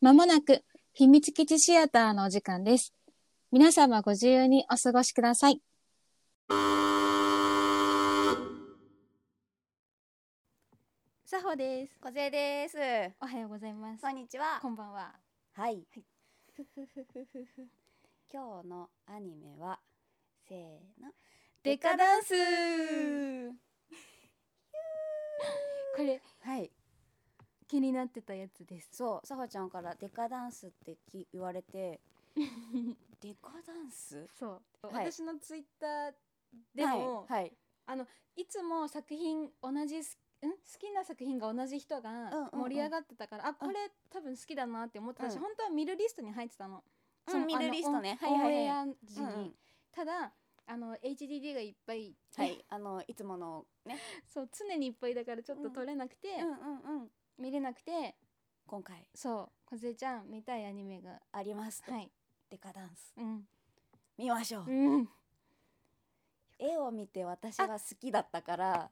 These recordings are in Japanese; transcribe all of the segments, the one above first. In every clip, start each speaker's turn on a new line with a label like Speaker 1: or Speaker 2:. Speaker 1: まもなく秘密基地シアターのお時間です。皆様ご自由にお過ごしください。
Speaker 2: さほです。
Speaker 3: 小瀬です。
Speaker 1: おはようございます
Speaker 3: こ。んにちは。
Speaker 1: こんばんは。
Speaker 3: はい。 今日のアニメはせーの。
Speaker 2: デカダンス。
Speaker 1: これ
Speaker 3: はい。
Speaker 2: 気になってたやつです。
Speaker 3: そう、さほちゃんからデカダンスってき言われ て、デカダンス？
Speaker 1: そう、
Speaker 3: はい
Speaker 1: 私のツイッターでも、い
Speaker 3: はい。
Speaker 1: つも作品同じすん好きな作品が同じ人が
Speaker 3: うんうんうん
Speaker 1: 盛り上がってたから、あこれ多分好きだなって思ってたし、
Speaker 3: うん
Speaker 1: 本当は見るリストに入ってたの。
Speaker 3: うん
Speaker 1: その
Speaker 3: 見る
Speaker 1: あの
Speaker 3: リストね
Speaker 1: オ
Speaker 3: はいはいはい
Speaker 1: ンエア時
Speaker 3: う
Speaker 1: に、
Speaker 3: んうん
Speaker 1: ただあの HDD がいっぱい、
Speaker 3: はい。あのいつものね。
Speaker 1: そう常にいっぱいだからちょっと撮れなくて、
Speaker 3: うんうん。
Speaker 1: 見れなくて
Speaker 3: 今回
Speaker 1: そう小杉ちゃん見たいアニメが
Speaker 3: あります。
Speaker 1: はい
Speaker 3: デカダンス
Speaker 1: うん、
Speaker 3: 見ましょう。
Speaker 1: うん、
Speaker 3: 絵を見て私が好きだったから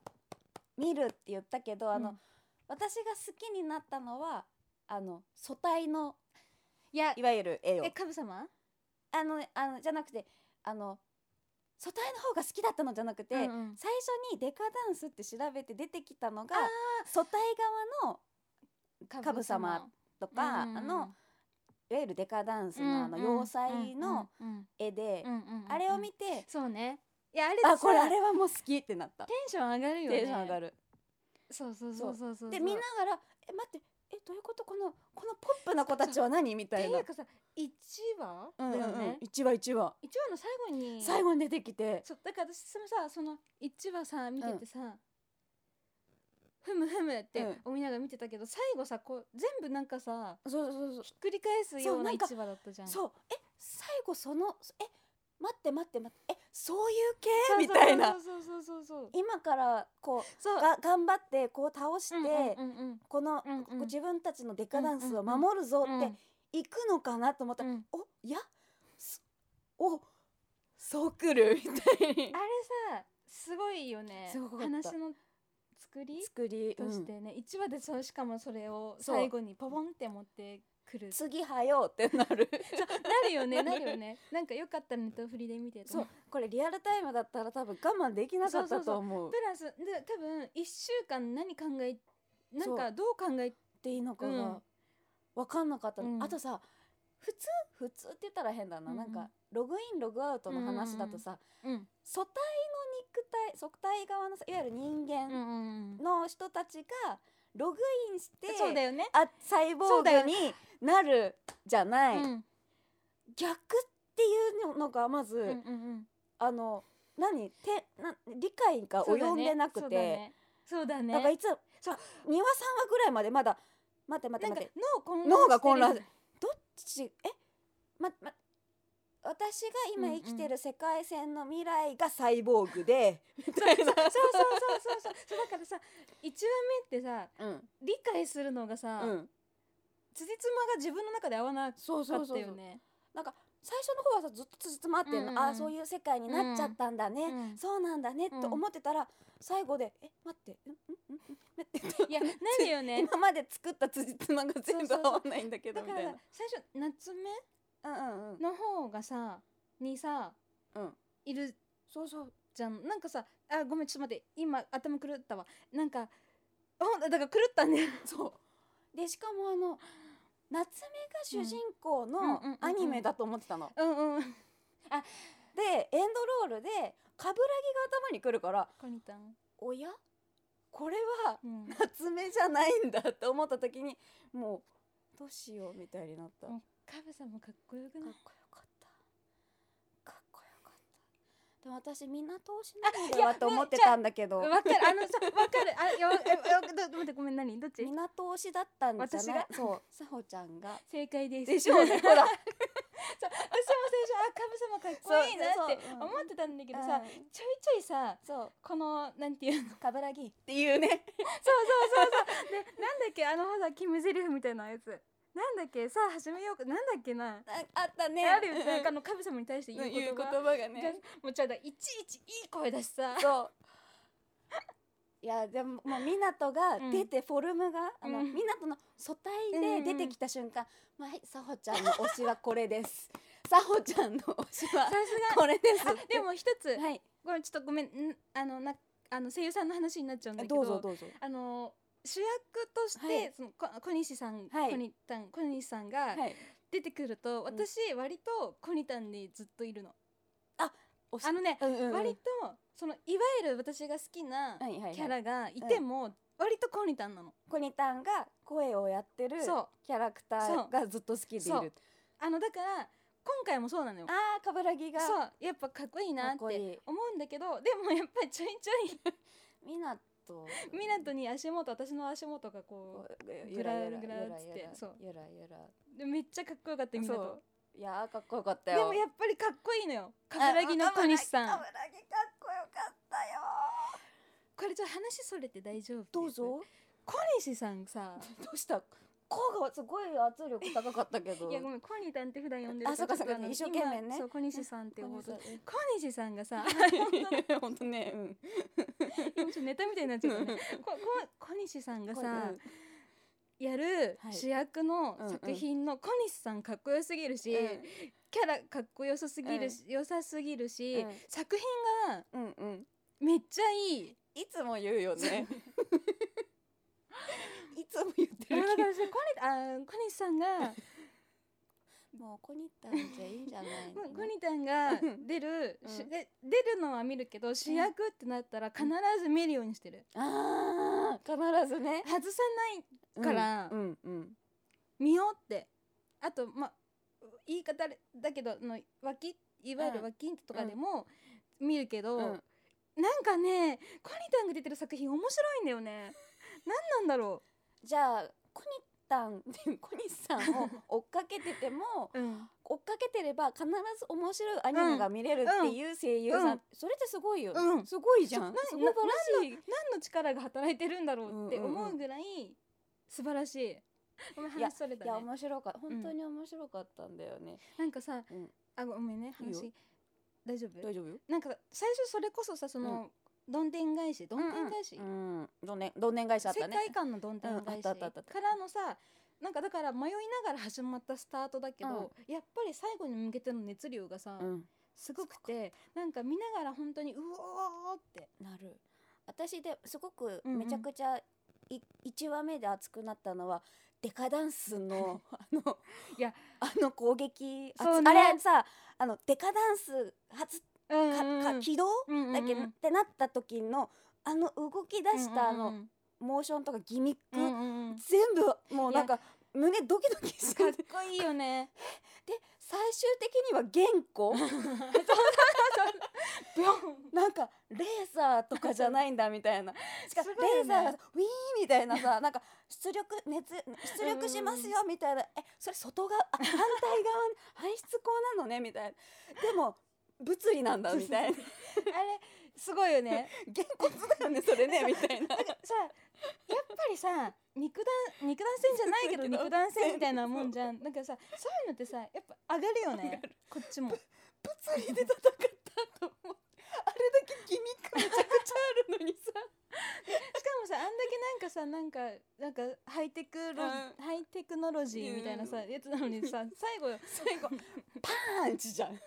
Speaker 3: 見るって言ったけどあの、
Speaker 1: うん
Speaker 3: 私が好きになったのはあの素体の
Speaker 1: いや
Speaker 3: いわゆる絵を
Speaker 1: え神様
Speaker 3: あのあのじゃなくてあの素体の方が好きだったのじゃなくて、
Speaker 1: うんうん
Speaker 3: 最初にデカダンスって調べて出てきたのが
Speaker 1: あ
Speaker 3: 素体側の
Speaker 1: 神
Speaker 3: 様とか、あのいわゆるデカダンスのあの要塞の絵で、あれを見
Speaker 1: て
Speaker 3: て、
Speaker 1: そうねいやあれ
Speaker 3: あこれ
Speaker 1: さ
Speaker 3: あれはもう好きってなった。
Speaker 1: テンション上がるよね
Speaker 3: テンション上がる。
Speaker 1: そうそうそうそうそう
Speaker 3: で見ながら「え待ってえどういうことこのこのポップな子たちは何?」みた
Speaker 1: て
Speaker 3: い
Speaker 1: い
Speaker 3: な
Speaker 1: う。かさ一話
Speaker 3: うん
Speaker 1: だ
Speaker 3: うん
Speaker 1: よ
Speaker 3: うん
Speaker 1: ね、
Speaker 3: 一話一話、
Speaker 1: 一話の最後に
Speaker 3: 最後に出てきて
Speaker 1: そうだから私そのさその一話さ見ててさ、ふむふむって
Speaker 3: うん
Speaker 1: 思いながら見てたけど、最後さこう全部なんかさ
Speaker 3: そうそうそう
Speaker 1: ひっくり返すよ
Speaker 3: そうう
Speaker 1: な
Speaker 3: なんか
Speaker 1: 一話だったじゃん
Speaker 3: そうえ最後そのえ待って待って待ってえそういう系
Speaker 1: そう
Speaker 3: みたいな
Speaker 1: そうそうそうそう
Speaker 3: 今からこ
Speaker 1: そうそ
Speaker 3: う
Speaker 1: う
Speaker 3: が頑張ってこう倒して、
Speaker 1: うんうんうんうん
Speaker 3: この、
Speaker 1: うんうん
Speaker 3: こう自分たちのデカダンスを守るぞ
Speaker 1: うん
Speaker 3: って行くのかなと思ったら、
Speaker 1: うん
Speaker 3: おいやそおそうくるみたいに
Speaker 1: あれさすごいよね
Speaker 3: すごかった
Speaker 1: 話の作り
Speaker 3: 作り、う
Speaker 1: とし
Speaker 3: ん、
Speaker 1: てね、一話でそのしかもそれを
Speaker 3: そう
Speaker 1: 最後にポポンって持ってくる
Speaker 3: 次はよってな る
Speaker 1: なるよ ねな
Speaker 3: なる
Speaker 1: るよねなんかよかったネタフリで見てと
Speaker 3: そうこれリアルタイムだったら多分我慢できなかっ
Speaker 1: そう
Speaker 3: た
Speaker 1: そうそう
Speaker 3: と思う
Speaker 1: プラスで多分1週間何考えなんかどう考え
Speaker 3: っていいのか
Speaker 1: うん
Speaker 3: が分かんなかったの、
Speaker 1: うん
Speaker 3: あとさ普通普通って言ったら変だな、
Speaker 1: うんう
Speaker 3: なんんかログインログアウトの話だとさ、
Speaker 1: うん
Speaker 3: 素体の肉体素体側のさいわゆる人
Speaker 1: うんう
Speaker 3: 間
Speaker 1: んうん
Speaker 3: の人たちがログインして、
Speaker 1: そうだよね
Speaker 3: あ細
Speaker 1: そう
Speaker 3: 胞
Speaker 1: だよ
Speaker 3: がになるじゃない、
Speaker 1: うん
Speaker 3: 逆っていうのがまず、
Speaker 1: うんうんうん
Speaker 3: あの何てな理解が及んでなくて。
Speaker 1: そうだね
Speaker 3: なん
Speaker 1: そうだ
Speaker 3: か
Speaker 1: ね
Speaker 3: いつもそう2話3話ぐらいまでまだ待って待っ
Speaker 1: な
Speaker 3: て
Speaker 1: んか
Speaker 3: 待って
Speaker 1: 脳混乱
Speaker 3: 脳が混乱
Speaker 1: してる
Speaker 3: どっちえまま私が今生きてる世界線の未来がサイボーグで、みたい
Speaker 1: そう
Speaker 3: な
Speaker 1: そうそうそうそうそうだからさ一話目ってさ
Speaker 3: うん
Speaker 1: 理解するのがさ、
Speaker 3: うん
Speaker 1: つじつまが自分の中で合わなかっ
Speaker 3: そ
Speaker 1: た
Speaker 3: うそ
Speaker 1: よね
Speaker 3: うそうそうなんか最初の方はさずっとつじつま合ってるの、
Speaker 1: うんうん
Speaker 3: ああそういう世界になっちゃったんだね、
Speaker 1: うん
Speaker 3: そうなんだね、
Speaker 1: うん
Speaker 3: と思ってたら最後で「え待ってうんうんうん待って」
Speaker 1: いやなるよね
Speaker 3: 今まで作ったつじつまが全部
Speaker 1: そうそう
Speaker 3: 合
Speaker 1: そう
Speaker 3: わないんだけど
Speaker 1: だ
Speaker 3: み
Speaker 1: か
Speaker 3: たい
Speaker 1: ら
Speaker 3: な
Speaker 1: さ。最初夏目
Speaker 3: うんうんうん
Speaker 1: の方がさにさ
Speaker 3: うん
Speaker 1: いる
Speaker 3: そうそう
Speaker 1: じゃんなんかさあごめんちょっと待って今頭狂ったわなんかほんだから狂った んだよ
Speaker 3: そうでしかもあの夏目が主人公
Speaker 1: うんうんうんうん
Speaker 3: のアニメだと思ってたの。
Speaker 1: うんうん
Speaker 3: でエンドロールで冠城が頭にくるから
Speaker 1: コニタン
Speaker 3: おやこれは
Speaker 1: うん
Speaker 3: 夏目じゃないんだと思った時にもうどうしようみたいになった。
Speaker 1: う
Speaker 3: か
Speaker 1: ん
Speaker 3: っ
Speaker 1: カブさんもかっこよく
Speaker 3: こ
Speaker 1: ない
Speaker 3: よかった。かっこよかった。でも私みんな通しないではと思ってたんだけど。
Speaker 1: わかるあのさわかるあいやわえわど待ってごめん何どっち
Speaker 3: みな通しだったんじゃ
Speaker 1: 私
Speaker 3: な
Speaker 1: が
Speaker 3: いそう、さほちゃんが。
Speaker 1: 正解です
Speaker 3: でしょうね、 ほら。
Speaker 1: 私も最初あ神様かっこいいなって
Speaker 3: そうそううん
Speaker 1: 思ってたんだけどさ、
Speaker 3: うん
Speaker 1: ちょいちょいさ
Speaker 3: そう、
Speaker 1: このなんていうの
Speaker 3: 冠城っていう ね。
Speaker 1: ねなんだっけあのほらキムゼリフみたいなやつなんだっけさあ始めようかなんだっけな、
Speaker 3: ああった ね。
Speaker 1: あるよ
Speaker 3: うん
Speaker 1: なんかあの神様に対して言う
Speaker 3: 言
Speaker 1: 言
Speaker 3: う言
Speaker 1: 葉
Speaker 3: 葉が
Speaker 1: が
Speaker 3: ね。
Speaker 1: もうちょいだいちいちいい声だしさ
Speaker 3: そう。いやでももう湊が
Speaker 1: うん
Speaker 3: 出てフォルムが、あの
Speaker 1: うん
Speaker 3: 湊の素
Speaker 1: うんう
Speaker 3: 体
Speaker 1: ん
Speaker 3: で出てきた瞬間「まあはいさほちゃんの推しはこれです」 「さほちゃんの推し
Speaker 1: さ
Speaker 3: は
Speaker 1: すが
Speaker 3: これです
Speaker 1: あ」でも一つ
Speaker 3: はい
Speaker 1: ごめんちょっとごめんんあのなあの声優さんの話になっちゃうんだけど
Speaker 3: どうぞどうぞ
Speaker 1: あの主役として、
Speaker 3: はい
Speaker 1: そのこ小西さん、
Speaker 3: はい
Speaker 1: 小西さん小西さんが
Speaker 3: はい
Speaker 1: 出てくると、
Speaker 3: ん
Speaker 1: 私割と小西さんにずっといるの。
Speaker 3: 推し
Speaker 1: あのね、
Speaker 3: うんうんうん
Speaker 1: 割とそのいわゆる私が好きな
Speaker 3: はいはいはい
Speaker 1: キャラがいても、割とコニタンなの。
Speaker 3: コニタンが声をやってる
Speaker 1: そう
Speaker 3: キャラクターがずっと好きでい
Speaker 1: そう
Speaker 3: る
Speaker 1: あのだから今回もそうなのよ。
Speaker 3: ああ冠城が
Speaker 1: そうやっぱかっこいいな
Speaker 3: か
Speaker 1: っ
Speaker 3: ってこいい
Speaker 1: 思うんだけどでもやっぱりちょいちょ
Speaker 3: みなと
Speaker 1: い湊に足元私の足元がこ
Speaker 3: ゆらゆ
Speaker 1: グ
Speaker 3: ら
Speaker 1: ラグ
Speaker 3: ゆらゆ
Speaker 1: ラ
Speaker 3: ら
Speaker 1: っつってそう
Speaker 3: ゆらゆら
Speaker 1: うでめっちゃかっこよかったみんな
Speaker 3: そ
Speaker 1: と
Speaker 3: う。いやーかっこよかった
Speaker 1: で
Speaker 3: よ
Speaker 1: もやっぱりかっこいいのよ。冠城の小西さん。
Speaker 3: あ冠城かっこよかったよ
Speaker 1: これじゃ話それて大丈夫です
Speaker 3: どうぞ
Speaker 1: 小西さんさ
Speaker 3: どうした子がすごい圧力高かったけど
Speaker 1: いやごめん小西さんって普段呼んでる
Speaker 3: あそうかそうか
Speaker 1: ちょっとの
Speaker 3: 一生懸命ね
Speaker 1: 今そう小西さんって
Speaker 3: ごめん
Speaker 1: 呼ぼ
Speaker 3: な
Speaker 1: うと
Speaker 3: さい
Speaker 1: 小西さんがさ
Speaker 3: 本当ねうん
Speaker 1: 今ちょっとネタみたいになっちゃったねここ小西さんがさやる
Speaker 3: はい
Speaker 1: 主役の
Speaker 3: うんうん
Speaker 1: 作品の小西さんかっこよすぎるし、キャラかっこよさすぎるし、良さすぎるし、
Speaker 3: うん
Speaker 1: 作品が
Speaker 3: うんうんうん
Speaker 1: めっちゃいい。
Speaker 3: いつも言うよね。 いつも言って
Speaker 1: だか
Speaker 3: る
Speaker 1: ら
Speaker 3: け
Speaker 1: さ小西あー小西さんが
Speaker 3: ど。 もうコニタンじゃいいんじゃない
Speaker 1: 小西さんが出る、
Speaker 3: うん
Speaker 1: しで出るのは見るけど主役ってなったら必ず見るようにしてる。
Speaker 3: ああ、必ずね。
Speaker 1: 外さないから
Speaker 3: うんうん。
Speaker 1: 見ようってあとまあ言い方あれだけどあの脇いわゆる脇とかでも見るけど、
Speaker 3: うん
Speaker 1: なんかねコニタンが出てる作品面白いんだよね。何なんだろ
Speaker 3: じゃあコニタンコニさんを追っかけてても
Speaker 1: う。うん、
Speaker 3: 追っかけてれば必ず面白いアニメが見れるっていう声優さん、
Speaker 1: うん
Speaker 3: それってすごいよ、
Speaker 1: うん
Speaker 3: すごいじゃん
Speaker 1: な
Speaker 3: すごい素晴らしい
Speaker 1: 何の力が働いてるんだろうって
Speaker 3: うんうんうん
Speaker 1: 思うぐらい素晴らしい。ごめん
Speaker 3: いや
Speaker 1: 話それた
Speaker 3: いや
Speaker 1: ね。
Speaker 3: 面白かった本当に面白かったんだよね、
Speaker 1: なんかさ、
Speaker 3: うん
Speaker 1: あごめんね
Speaker 3: いいよ
Speaker 1: 話大丈夫
Speaker 3: 大丈夫よ
Speaker 1: なんか最初それこそさその、どんでん返しどんでん返し、
Speaker 3: うんどんねどんねん返しあっ
Speaker 1: 世
Speaker 3: たね
Speaker 1: 界観のどんでん
Speaker 3: うんあ
Speaker 1: 返
Speaker 3: っ
Speaker 1: した
Speaker 3: あ
Speaker 1: か
Speaker 3: ったあった
Speaker 1: らのさなんかだから迷いながら始まったスタートだけど、やっぱり最後に向けての熱量がさ、
Speaker 3: うん
Speaker 1: すごくてなんか見ながら本当にうおーって
Speaker 3: なる私ですごく
Speaker 1: うんうん
Speaker 3: めちゃくちゃ、い一1話目で熱くなったのはデカダンスの あの
Speaker 1: いや
Speaker 3: あの攻撃あつ
Speaker 1: そうね
Speaker 3: あれさあのデカダンス初
Speaker 1: う
Speaker 3: かか
Speaker 1: ん
Speaker 3: 起動
Speaker 1: うん
Speaker 3: だっけ、
Speaker 1: うんうん
Speaker 3: ってなった時のあの動き出したあの、
Speaker 1: うん
Speaker 3: モーションとかギミッ
Speaker 1: う
Speaker 3: ク、
Speaker 1: んうんうんうん
Speaker 3: 全部もうなんか胸ドキドキし
Speaker 1: か
Speaker 3: て
Speaker 1: っこいいよね
Speaker 3: で最終的には原稿
Speaker 1: ビョン
Speaker 3: なんかレーザーとかじゃないんだみた いなしかも
Speaker 1: すごい
Speaker 3: レ
Speaker 1: よ
Speaker 3: ー
Speaker 1: ね
Speaker 3: ザーがウィーンみたい なさなんか出力熱出力しますよみたいな、えそれ外側あ反対側 排出口なのねみたいなでも物理なんだみたいな
Speaker 1: あれ すごいよ ね
Speaker 3: 原骨だよねそれねみたいな
Speaker 1: なんかさやっぱりさ肉弾肉弾戦じゃないけ ど肉弾戦みたいなもんじゃんなんかさそういうのってさやっぱ上がるよ
Speaker 3: 上
Speaker 1: ね
Speaker 3: が
Speaker 1: こっちも
Speaker 3: 物理で戦ったと思うあれだけギミックめちゃくちゃあるのにさ
Speaker 1: しかもさあんだけなんかさなんかなんかハイテクロ、
Speaker 3: う
Speaker 1: ハイテクノロジーみたいなさやつなのに さ最後最 後
Speaker 3: パーンチじゃん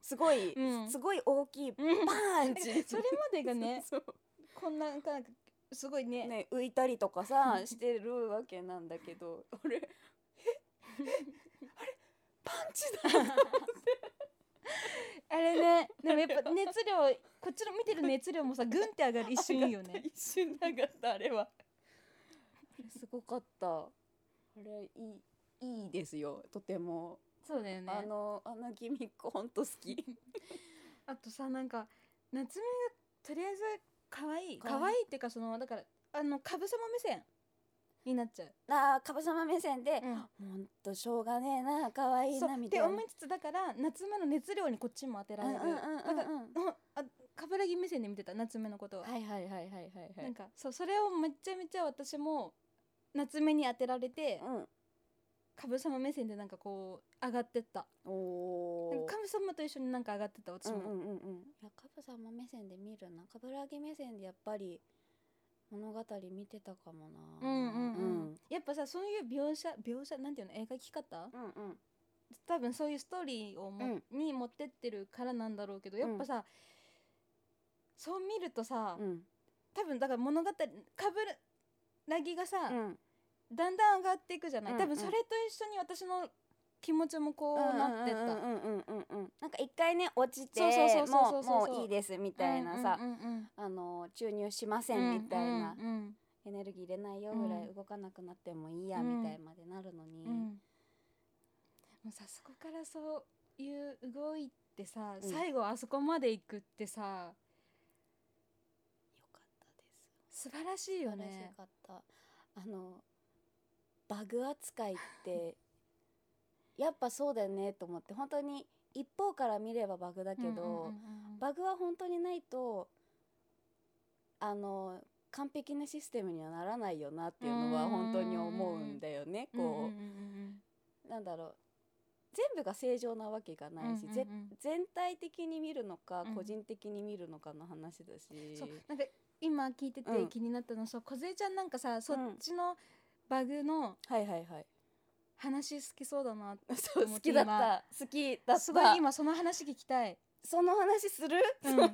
Speaker 3: すごい、
Speaker 1: うん
Speaker 3: すごい大きいパ
Speaker 1: うん
Speaker 3: ーン チ
Speaker 1: それまでがね
Speaker 3: そう
Speaker 1: こんななんかすごい ね
Speaker 3: ね、浮いたりとかさしてるわけなんだけど俺 ええあれパンチ だ
Speaker 1: あれねでもやっぱ熱量こっちの見てる熱量もさグン って上がる一瞬いいよね
Speaker 3: 一瞬なかったあれはあれすごかったあれいいいいですよとても、
Speaker 1: そうだよね
Speaker 3: あのあのギミックほんと好き
Speaker 1: あとさなんか夏目がとりあえず可愛い
Speaker 3: 可愛い
Speaker 1: 可愛いっていうかそのだからあのかぶさま目線になっちゃう。
Speaker 3: あーかばさま目線で、
Speaker 1: うん
Speaker 3: ほんとしょうがねえな可愛い
Speaker 1: そう
Speaker 3: なみ
Speaker 1: ったて
Speaker 3: いな
Speaker 1: 思いつつだから夏目の熱量にこっちも当てられる。
Speaker 3: うんうんうんうんうん
Speaker 1: だからほんあ冠城目線で見てた夏目のことは。
Speaker 3: はいはいはいはいはいはい
Speaker 1: なんかそうそれをめちゃめちゃ私も夏目に当てられて
Speaker 3: うん
Speaker 1: かぶさま目線でなんかこう上がってった。
Speaker 3: お
Speaker 1: なん
Speaker 3: ー
Speaker 1: かかぶさまと一緒になんか上がってった私
Speaker 3: うんう
Speaker 1: も。
Speaker 3: んうんうんいやカブ様目線で見るなカブラギ目線でやっぱり物語見てたかもな
Speaker 1: うんうんう
Speaker 3: うん
Speaker 1: ん、やっぱさそういう描写描写なんていうの描き方
Speaker 3: うんうん
Speaker 1: 多分そういうストーリーをも、に持ってってるからなんだろうけどやっぱさ、そう見るとさ、
Speaker 3: うん
Speaker 1: 多分だから物語かぶるなぎがさ、
Speaker 3: うん
Speaker 1: だんだん上がっていくじゃない、
Speaker 3: うん
Speaker 1: 多分それと一緒に私の気持ちもこうなってった、
Speaker 3: うんうんうんうんうんなんか一回ね落ちて
Speaker 1: そうそうそうそうそう
Speaker 3: もう
Speaker 1: そう
Speaker 3: もういいですみたいなさ、
Speaker 1: うんうんうんうん
Speaker 3: あの注入しませんみたいな、
Speaker 1: うんうん
Speaker 3: エネルギー入れないよ
Speaker 1: うん
Speaker 3: ぐらい動かなくなってもいいや
Speaker 1: うん
Speaker 3: みたいまでなるのに、
Speaker 1: うんもうさそこからそういう動いてさ、
Speaker 3: うん
Speaker 1: 最後あそこまで行くってさ
Speaker 3: よかったです
Speaker 1: 素晴らしい
Speaker 3: 素
Speaker 1: よ
Speaker 3: 晴らし
Speaker 1: ね
Speaker 3: かったあのバグ扱いって やっぱそうだよねと思って本当に一方から見ればバグだけ
Speaker 1: う
Speaker 3: ど、
Speaker 1: んうんうんうん
Speaker 3: バグは本当にないとあの完璧なシステムにはならないよなっていうのは
Speaker 1: うん
Speaker 3: 本当に思うんだよねこ
Speaker 1: うんうんうん
Speaker 3: うなんだろう全部が正常なわけがないし、
Speaker 1: うんうんうん
Speaker 3: ぜ全体的に見るのか
Speaker 1: うん
Speaker 3: 個人的に見るのかの話だ
Speaker 1: うん
Speaker 3: し、
Speaker 1: そうなんか今聞いてて
Speaker 3: うん
Speaker 1: 気になったの、そう梢ちゃんなんかさそっちのバグの
Speaker 3: はいはいはい
Speaker 1: 話好きそうだな
Speaker 3: そう
Speaker 1: 思
Speaker 3: 好
Speaker 1: って
Speaker 3: きだった好きだっ
Speaker 1: すご
Speaker 3: た
Speaker 1: い今その話聞きたい、
Speaker 3: その話する、
Speaker 1: うん、あ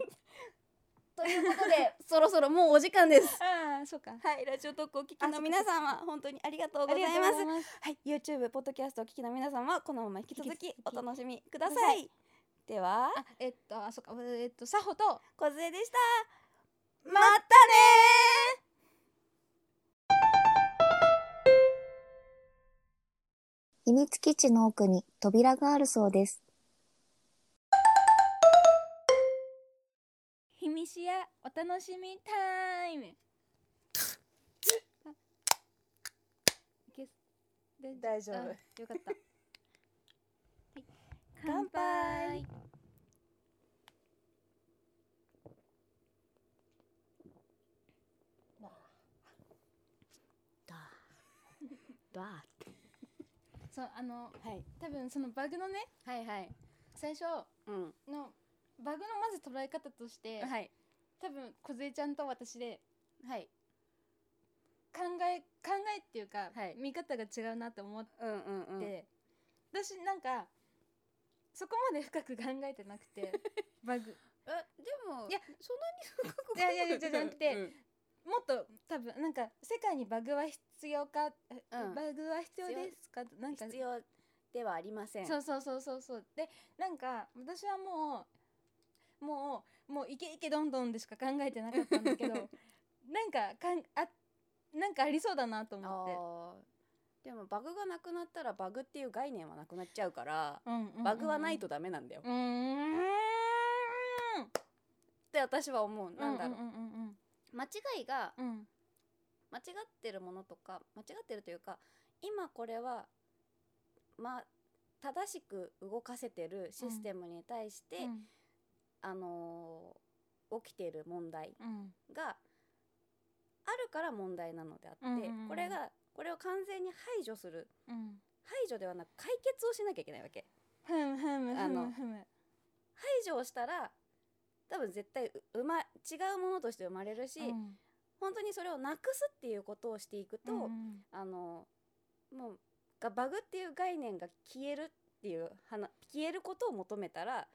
Speaker 3: ということで そろそろもうお時間です
Speaker 1: あそうか
Speaker 3: はいラジオトークをお聞き
Speaker 1: あそっか
Speaker 3: の皆さんは本当にありがとうござい
Speaker 1: ありがとう
Speaker 3: ます
Speaker 1: ございます
Speaker 3: はい、YouTube、ポッドキャストをお聞きの皆さんはこのまま引き続
Speaker 1: 引
Speaker 3: き
Speaker 1: き続
Speaker 3: お
Speaker 1: き
Speaker 3: 楽しみくださ
Speaker 1: くださ
Speaker 3: い。では、
Speaker 1: あえっとあそうかえっとさほと
Speaker 3: 小杖でした。またねー
Speaker 4: 秘密基地の奥に扉があるそうです。
Speaker 1: ひみしやお楽しみタイムいけす
Speaker 3: 大丈夫
Speaker 1: あよかったはい
Speaker 3: 乾杯
Speaker 1: そうあの
Speaker 3: はい、
Speaker 1: 多分そのバグのね
Speaker 3: はいはい。
Speaker 1: 最初
Speaker 3: うん。
Speaker 1: のバグのまず捉え方として、
Speaker 3: はい。
Speaker 1: 多分梢ちゃんと私で
Speaker 3: はい。
Speaker 1: 考え考えっていうか、
Speaker 3: はい
Speaker 1: 見方が違うなって思っ
Speaker 3: うんうんうん。
Speaker 1: て、私なんかそこまで深く考えてなく てバグ
Speaker 3: え、でも
Speaker 1: いや、
Speaker 3: そんなに深く
Speaker 1: いやいやいやじゃなくて
Speaker 3: うん
Speaker 1: もっと多分なんか世界にバグは必要か、
Speaker 3: うん
Speaker 1: バグは必要ですかなんか
Speaker 3: 必要ではありません。
Speaker 1: そうそうそうそうそうでなんか私はもうもうもうイケイケどんどんでしか考えてなかったんだけ どなんかかんあなんかありそうだなと思って。
Speaker 3: あーでもバグがなくなったらバグっていう概念はなくなっちゃうから、
Speaker 1: うんうんうん
Speaker 3: バグはないとダメなんだよ。
Speaker 1: うーん
Speaker 3: って私は思う。なんだろう。
Speaker 1: うんうん
Speaker 3: 間違いが
Speaker 1: うんうん
Speaker 3: 間違ってるものとか間違ってるというか今これはまあ正しく動かせてるシステムに対して、
Speaker 1: うん
Speaker 3: あのー起きている問題
Speaker 1: うん
Speaker 3: があるから問題なのであって、
Speaker 1: うんうんうん
Speaker 3: これがこれを完全に排除する
Speaker 1: うん
Speaker 3: 排除ではなく解決をしなきゃいけないわけ
Speaker 1: ふむふむ
Speaker 3: あ
Speaker 1: ふ
Speaker 3: の
Speaker 1: むふむ
Speaker 3: 排除をしたら多分絶対う、ま、違うものとして生まれるし、
Speaker 1: うん
Speaker 3: 本当にそれをなくすっていうことをしていくと、
Speaker 1: うんうん
Speaker 3: あのもうがバグっていう概念が消えるっていう話消えることを求めたら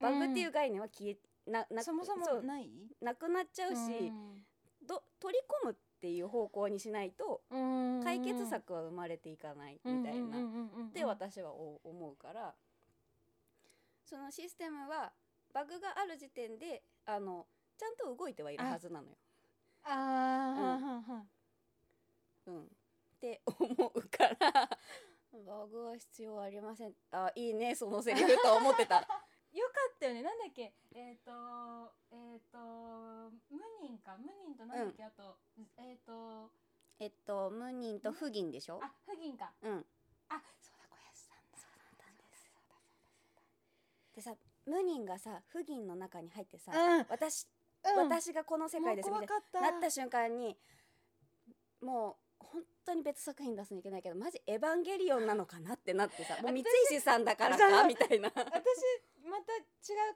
Speaker 3: バグっていう概念は消え、なな
Speaker 1: そもそ
Speaker 3: そ
Speaker 1: も
Speaker 3: う
Speaker 1: ない
Speaker 3: なくなっちゃうし、
Speaker 1: うん
Speaker 3: ど取り込むっていう方向にしないと
Speaker 1: うん
Speaker 3: 解決策は生まれていかないみたいなっ
Speaker 1: で
Speaker 3: て私はお思うからそのシステムはバグがある時点であのちゃんと動いてはいるはずなのよ。
Speaker 1: あーはんはんはん
Speaker 3: うん、って思うからバグは必要ありませんあいいねそのセリフと思ってた
Speaker 1: よかったよねなんだっけえっとえっと無人か無人となんだっけあとえっと
Speaker 3: えっと無人と不銀でしょ
Speaker 1: あ不銀か
Speaker 3: うん
Speaker 1: あそうだ小安さんだ
Speaker 3: そうなんですでさ無人がさ不銀の中に入ってさ、
Speaker 1: うん
Speaker 3: 私、
Speaker 1: うん
Speaker 3: 私がこの世界ですみ
Speaker 1: も
Speaker 3: た
Speaker 1: う怖
Speaker 3: い
Speaker 1: かった
Speaker 3: ななった瞬間にもう本当に別作品出すにいけないけどマジエヴァンゲリオンなのかなってなってさもう
Speaker 1: 私
Speaker 3: 三石さんだから
Speaker 1: そう
Speaker 3: かみたいなあ
Speaker 1: 私また違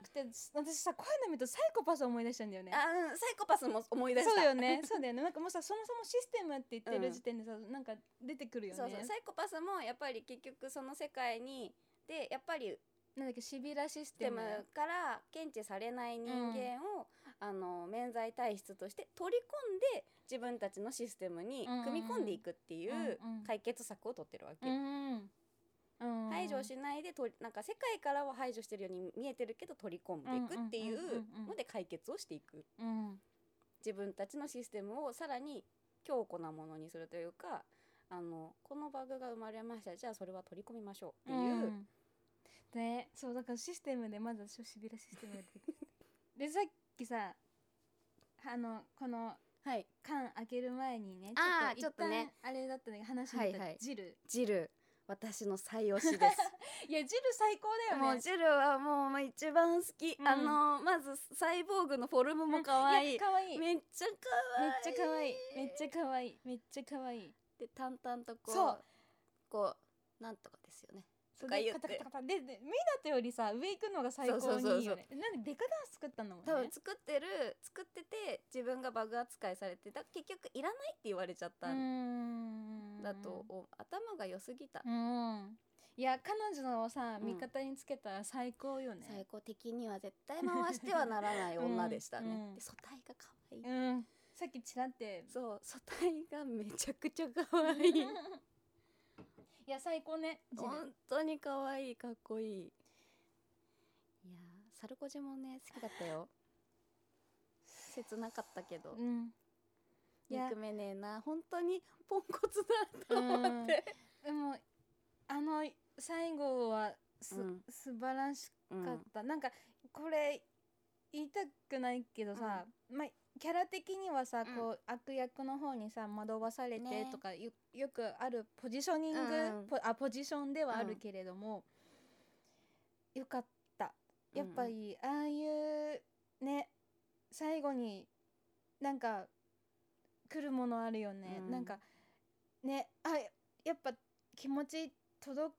Speaker 1: くて私さこういうの見るとサイコパスを思い出したんだよ ね
Speaker 3: うんサイコパスも思い出した
Speaker 1: そうよ ねそうだよねなんかもうさそもそもシステムって言ってる時点でさ、なんか出てくるよね
Speaker 3: そうそうサイコパスもやっぱり結局その世界にでやっぱり
Speaker 1: なんだっけシビラシス
Speaker 3: で
Speaker 1: テ
Speaker 3: も
Speaker 1: ム
Speaker 3: から検知されない人間を、あの免罪体質として取り込んで自分たちのシステムに組み込んでいくっていう
Speaker 1: うんうんうん
Speaker 3: 解決策を取ってるわけ。
Speaker 1: うんうん
Speaker 3: 排除しないでとりなんか世界からは排除してるように見えてるけど取り込んでいくってい
Speaker 1: んうんうん
Speaker 3: う
Speaker 1: うんうん
Speaker 3: ので解決をしていく
Speaker 1: うん
Speaker 3: 自分たちのシステムをさらに強固なものにするというかあのこのバグが生まれましたじゃあそれは取り込みましょうっていう、
Speaker 1: んでそうだからシステムでまず私はシビラシステムででさっきさあのこの
Speaker 3: はい
Speaker 1: 缶開ける前にね
Speaker 3: あー
Speaker 1: ちょっと
Speaker 3: ちょ
Speaker 1: 一
Speaker 3: っとね
Speaker 1: 旦あれだったね話にな
Speaker 3: はいは
Speaker 1: っ
Speaker 3: い
Speaker 1: たジル
Speaker 3: ジル私の最推しです。
Speaker 1: いやジル最高だ
Speaker 3: も
Speaker 1: よ
Speaker 3: う
Speaker 1: ね
Speaker 3: ジルはもう一番好き、
Speaker 1: うん
Speaker 3: あのまずサイボーグのフォルムも可愛い,、
Speaker 1: や可愛いめっ
Speaker 3: めっちゃ可愛い
Speaker 1: ちゃ可愛いめっちゃ可愛いめっちゃ可愛い
Speaker 3: で淡々とこう
Speaker 1: そう
Speaker 3: こうなんとかですよね
Speaker 1: そ
Speaker 3: とか
Speaker 1: で
Speaker 3: 言って
Speaker 1: カタカタカタででミナテよりさ上行くのが最
Speaker 3: そう
Speaker 1: 高
Speaker 3: そう
Speaker 1: に
Speaker 3: そうそう
Speaker 1: いいよねなんでデカダンス作ったのも
Speaker 3: 多
Speaker 1: ね
Speaker 3: 分作ってる作ってて自分がバグ扱いされてだ結局いらないって言われちゃった
Speaker 1: うー
Speaker 3: ん
Speaker 1: ん
Speaker 3: だと、お頭が良すぎた、
Speaker 1: うんいや彼女のさ
Speaker 3: うん
Speaker 1: 味方につけたら最高よね
Speaker 3: 最高的には絶対回してはならない
Speaker 1: うん
Speaker 3: 女でしたね、
Speaker 1: うん
Speaker 3: で素体が可愛い、
Speaker 1: うんさっきちらって
Speaker 3: そう素体がめちゃくちゃ可愛い
Speaker 1: いや最高ねジル
Speaker 3: 本当に可愛いかっこいいいやーサルコジもね好きだった よ切なかったけど
Speaker 1: うんいや
Speaker 3: 憎めねえな本当にポンコツだった
Speaker 1: う
Speaker 3: わ
Speaker 1: ん
Speaker 3: って、
Speaker 1: でもあの最後はす、
Speaker 3: うん
Speaker 1: 素晴らし
Speaker 3: うん
Speaker 1: かった、なんかこれ言いたくないけどさ、まあキャラ的にはさ、
Speaker 3: ん
Speaker 1: こう悪役の方にさ惑わされて
Speaker 3: ね
Speaker 1: とかよ,、よくあるポジショニング、
Speaker 3: うんうん
Speaker 1: ポあポジションではあるけれども、よかったやっぱりああいうね最後になんか来るものあるよね、
Speaker 3: うん
Speaker 1: なんかねあやっぱ気持ち届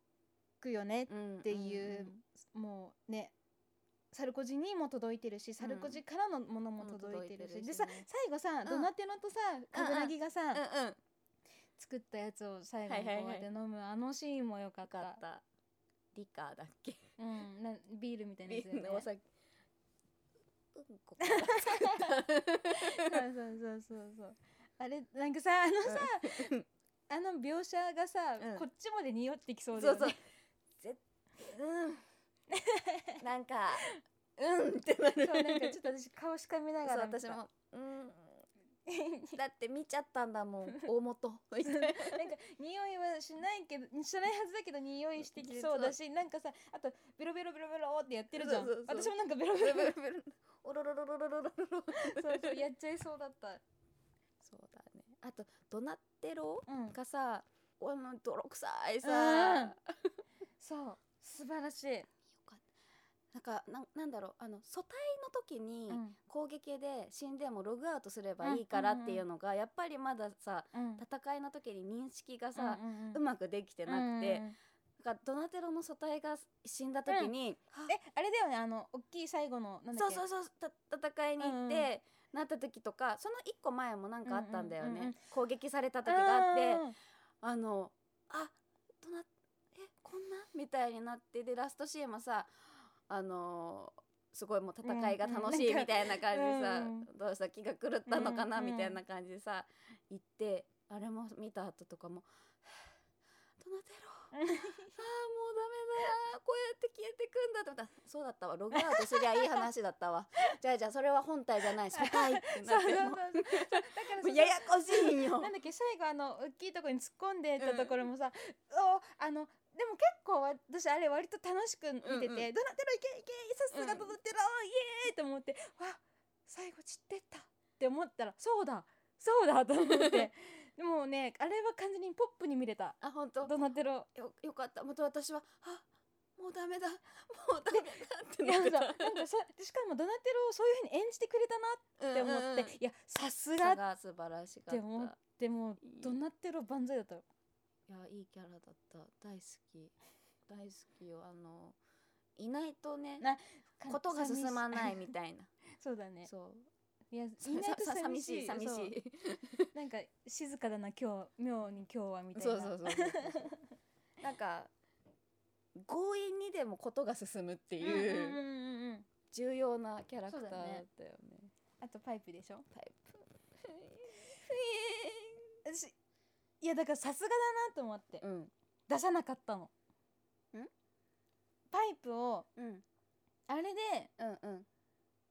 Speaker 1: くよね、っていう、もうねサルコジにも届いてるしサルコジからのものも届いてるし、
Speaker 3: うん
Speaker 1: でさ
Speaker 3: 届いてるしね
Speaker 1: 最後さ、
Speaker 3: ん
Speaker 1: ドナテノとさカグラギがさ、
Speaker 3: うんうん
Speaker 1: 作ったやつを最後に
Speaker 3: はいは
Speaker 1: こ
Speaker 3: い
Speaker 1: う
Speaker 3: はい
Speaker 1: やって飲む、あのシーンも良かった
Speaker 3: よかったリカーだっけ
Speaker 1: うん、なビールみたいなや
Speaker 3: ビ
Speaker 1: つだよね
Speaker 3: ールのお酒うんこから作った
Speaker 1: そうそうそうそうそうあれなんかさあのさ、あの描写がさ、
Speaker 3: うん
Speaker 1: こっちまで匂ってきそうだ よ
Speaker 3: そう
Speaker 1: ね
Speaker 3: そう。ぜうん。なんか、うんってなる。
Speaker 1: そうなんかちょっと私顔しかめながら見た
Speaker 3: そう私も、うん。だって見ちゃったんだ もん、大元。
Speaker 1: なんか匂いはしないけどしないはずだけど匂いしてきそうだしなんかさあとベロベロベロベロってやってるじゃん
Speaker 3: そうそうそう
Speaker 1: 私もなんかベロベロベロ
Speaker 3: おろろろろろろろろ。
Speaker 1: そうそうやっちゃいそうだった
Speaker 3: そうだね。あと、ドナテロ
Speaker 1: うん
Speaker 3: がさ、おの泥臭いさ。
Speaker 1: うん
Speaker 3: よ
Speaker 1: そう素晴らしい、
Speaker 3: かったなんか、なん、なんだろう、あの、素体の時に。
Speaker 1: うん
Speaker 3: 攻撃で死んでもログアウトすればいいからっていうのがやっぱりまださ
Speaker 1: うん、
Speaker 3: 戦いの時に認識がさ、
Speaker 1: うんうんうん
Speaker 3: うまくできてなくて、
Speaker 1: うんうん
Speaker 3: なんかドナテロの素体が死んだ時に、
Speaker 1: えあれだよねあの大きい最後のなんだっ
Speaker 3: そう
Speaker 1: け
Speaker 3: そうそうた戦いに行って、
Speaker 1: うんう
Speaker 3: なった時とかその一個前もなんかあったんだよね、
Speaker 1: うんうんうんうん
Speaker 3: 攻撃された時があって
Speaker 1: うん
Speaker 3: あのあドナえこんなみたいになってでラストシーンもさあのーすごいもう戦いが楽しい
Speaker 1: うんうん
Speaker 3: みたいな感じでさ、
Speaker 1: うんう
Speaker 3: どうした気が狂ったのかな
Speaker 1: うんうん
Speaker 3: みたいな感じでさ行ってあれも見た後とかも「ドナテ ロ
Speaker 1: うん
Speaker 3: ああもうダメだこうやって消えてくんだと思ったらそうだったわログアウトすりゃいい話だったわじゃあじゃあそれは本体じゃない素体っ て
Speaker 1: そ
Speaker 3: な
Speaker 1: う
Speaker 3: っ
Speaker 1: そう
Speaker 3: て
Speaker 1: そう
Speaker 3: も
Speaker 1: そうだから
Speaker 3: う
Speaker 1: さ
Speaker 3: ややこしいん よ
Speaker 1: なんだっけ最後あの大きいとこに突っ込んでったところもさ、おあのでも結構私あれ割と楽しく見てて「
Speaker 3: うんうん
Speaker 1: ドナテロいけいけさすがドナテロイエーイ!」と思って「わ最後散ってった」って思ったら「そうだそうだ!」と思って でもねあれは完全にポップに見れた
Speaker 3: あ本当
Speaker 1: ドナテロ
Speaker 3: よよかったまた私はあもうダメだもうダメだって
Speaker 1: いや
Speaker 3: なっ
Speaker 1: そ
Speaker 3: て
Speaker 1: う
Speaker 3: た
Speaker 1: なんかさしかもドナテロをそういうふうに演じてくれたなって思って、いやさすが
Speaker 3: が素晴らしか
Speaker 1: っ
Speaker 3: った
Speaker 1: て
Speaker 3: い
Speaker 1: 思ってもうドナテロ万歳だったよ
Speaker 3: やいいキャラだった大好き大好きよあのいないとね
Speaker 1: な
Speaker 3: ことが進まない
Speaker 1: 寂し
Speaker 3: みたいな
Speaker 1: そうだね
Speaker 3: そう
Speaker 1: いやい
Speaker 3: さ
Speaker 1: ないと
Speaker 3: ささ
Speaker 1: 寂
Speaker 3: 寂
Speaker 1: し
Speaker 3: し
Speaker 1: い
Speaker 3: い寂し
Speaker 1: そう
Speaker 3: い
Speaker 1: なんか静かだな今日妙に今日はみたいな
Speaker 3: そうそうそうそうそうなんか強引にでもことが進むって
Speaker 1: うんうん
Speaker 3: いう
Speaker 1: うんうんうん
Speaker 3: 重要なキャラクター
Speaker 1: そ
Speaker 3: だ
Speaker 1: うだ
Speaker 3: よ
Speaker 1: ね
Speaker 3: ね
Speaker 1: あとパイプでしょ
Speaker 3: タイプ
Speaker 1: 私いやだからさすがだなと思って、
Speaker 3: うん
Speaker 1: 出さなかったの
Speaker 3: ん
Speaker 1: パイプを
Speaker 3: うん
Speaker 1: あれで
Speaker 3: うんうん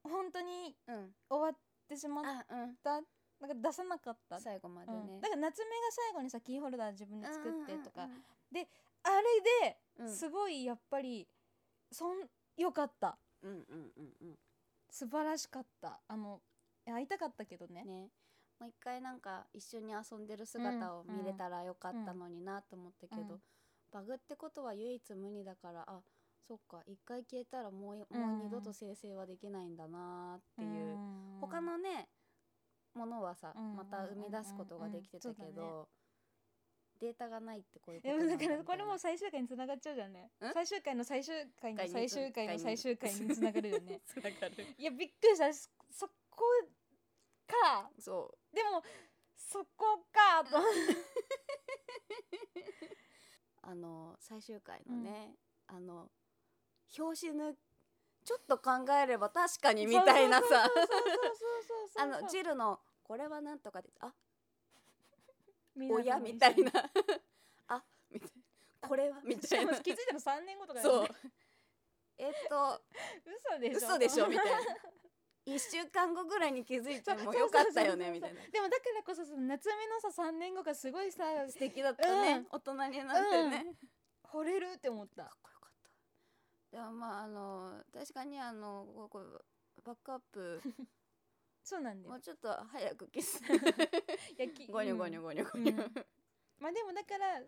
Speaker 1: 本当に
Speaker 3: うん
Speaker 1: 終わってしまっ
Speaker 3: あう
Speaker 1: たなんか出さなかった
Speaker 3: ん最後まで
Speaker 1: う
Speaker 3: ね、
Speaker 1: ん、だから夏目が最後にさキーホルダー自分で作ってとか、あれ
Speaker 3: うんうん
Speaker 1: ですごいやっぱりそん良かった
Speaker 3: うんうんうんうん
Speaker 1: 素晴らしかったあの会いたかったけどね
Speaker 3: ねもう一回なんか一緒に遊んでる姿を見れたらよかったのになと思ったけど、
Speaker 1: うん
Speaker 3: バグってことは唯一無二だからあそっか一回消えたらもういもう二度と生成はできないんだなっていう、
Speaker 1: ん
Speaker 3: 他のねものはさ、
Speaker 1: うん
Speaker 3: また生み出すことができてたけ
Speaker 1: うんうんうん
Speaker 3: ど、
Speaker 1: うん
Speaker 3: データがないってこういうこと
Speaker 1: でも
Speaker 3: な
Speaker 1: だ
Speaker 3: んだ
Speaker 1: から
Speaker 3: みた
Speaker 1: こ
Speaker 3: い
Speaker 1: れ
Speaker 3: な
Speaker 1: もう最終回につながっちゃうじゃんね
Speaker 3: ん
Speaker 1: 最終回の最終回の最終回の最終回につながるよね
Speaker 3: つながる
Speaker 1: いやびっくりしたそそこか
Speaker 3: そう
Speaker 1: でもそこ かと思って
Speaker 3: あの最終回のね、あの表紙のちょっと考えれば確かにみたいなさ
Speaker 1: そうそうそうそうそうそうそ
Speaker 3: あ
Speaker 1: う
Speaker 3: のジルの「これはなんとかで」あ
Speaker 1: みんな
Speaker 3: 親
Speaker 1: と一緒に
Speaker 3: みたいな あみたいなこれはみ
Speaker 1: したか
Speaker 3: い
Speaker 1: も
Speaker 3: な
Speaker 1: 気づいたの3年後とかだ
Speaker 3: そ
Speaker 1: よ
Speaker 3: う
Speaker 1: ね
Speaker 3: えっと
Speaker 1: 嘘でしょ
Speaker 3: 嘘でしょみたいな1週 間後ぐらいに気づいてもよかったよねみたいな
Speaker 1: でもだからこそその夏目のさ3年後がすごいさ
Speaker 3: 素敵だったね、
Speaker 1: うん
Speaker 3: 大人になってね、
Speaker 1: 惚れるって思った
Speaker 3: かっこよかったでもまああの確かにあのここバックアップ
Speaker 1: そうなんだ
Speaker 3: も
Speaker 1: よ
Speaker 3: うちょっと早くキ ス
Speaker 1: いやき
Speaker 3: ゴニョゴニョゴニョゴニョ、
Speaker 1: うんまあでもだから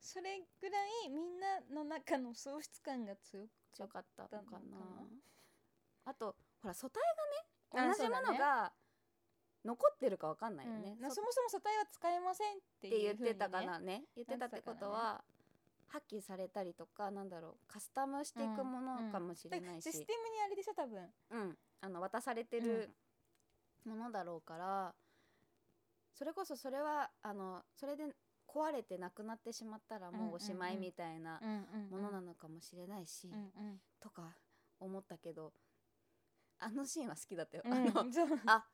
Speaker 1: それぐらいみんなの中の喪失感が強く
Speaker 3: 強かったのかな
Speaker 1: だったのかな
Speaker 3: あとほら素体
Speaker 1: あ
Speaker 3: がね同
Speaker 1: そ
Speaker 3: じ
Speaker 1: うだね
Speaker 3: ものが残ってるかわかんないよ
Speaker 1: うん
Speaker 3: ね、
Speaker 1: まあ
Speaker 3: そ
Speaker 1: そ
Speaker 3: っ
Speaker 1: もそも素体は使えませんって
Speaker 3: て
Speaker 1: い
Speaker 3: 言
Speaker 1: う
Speaker 3: っ
Speaker 1: 風にね
Speaker 3: てたかなね言ってたってことは、発揮されたりとかなんだろうカスタムしていくも
Speaker 1: うん
Speaker 3: のかもしれないし、
Speaker 1: システムにあれでしょ多分
Speaker 3: うん、あの渡されてるものだろうから、それこそそれはあのそれで壊れてなくなってしまったらもうおしまいみたいなものなのかもしれないし、
Speaker 1: うんうん
Speaker 3: とか思ったけどあのシーンは好きだったよ。
Speaker 1: うん
Speaker 3: あの
Speaker 1: そう
Speaker 3: あ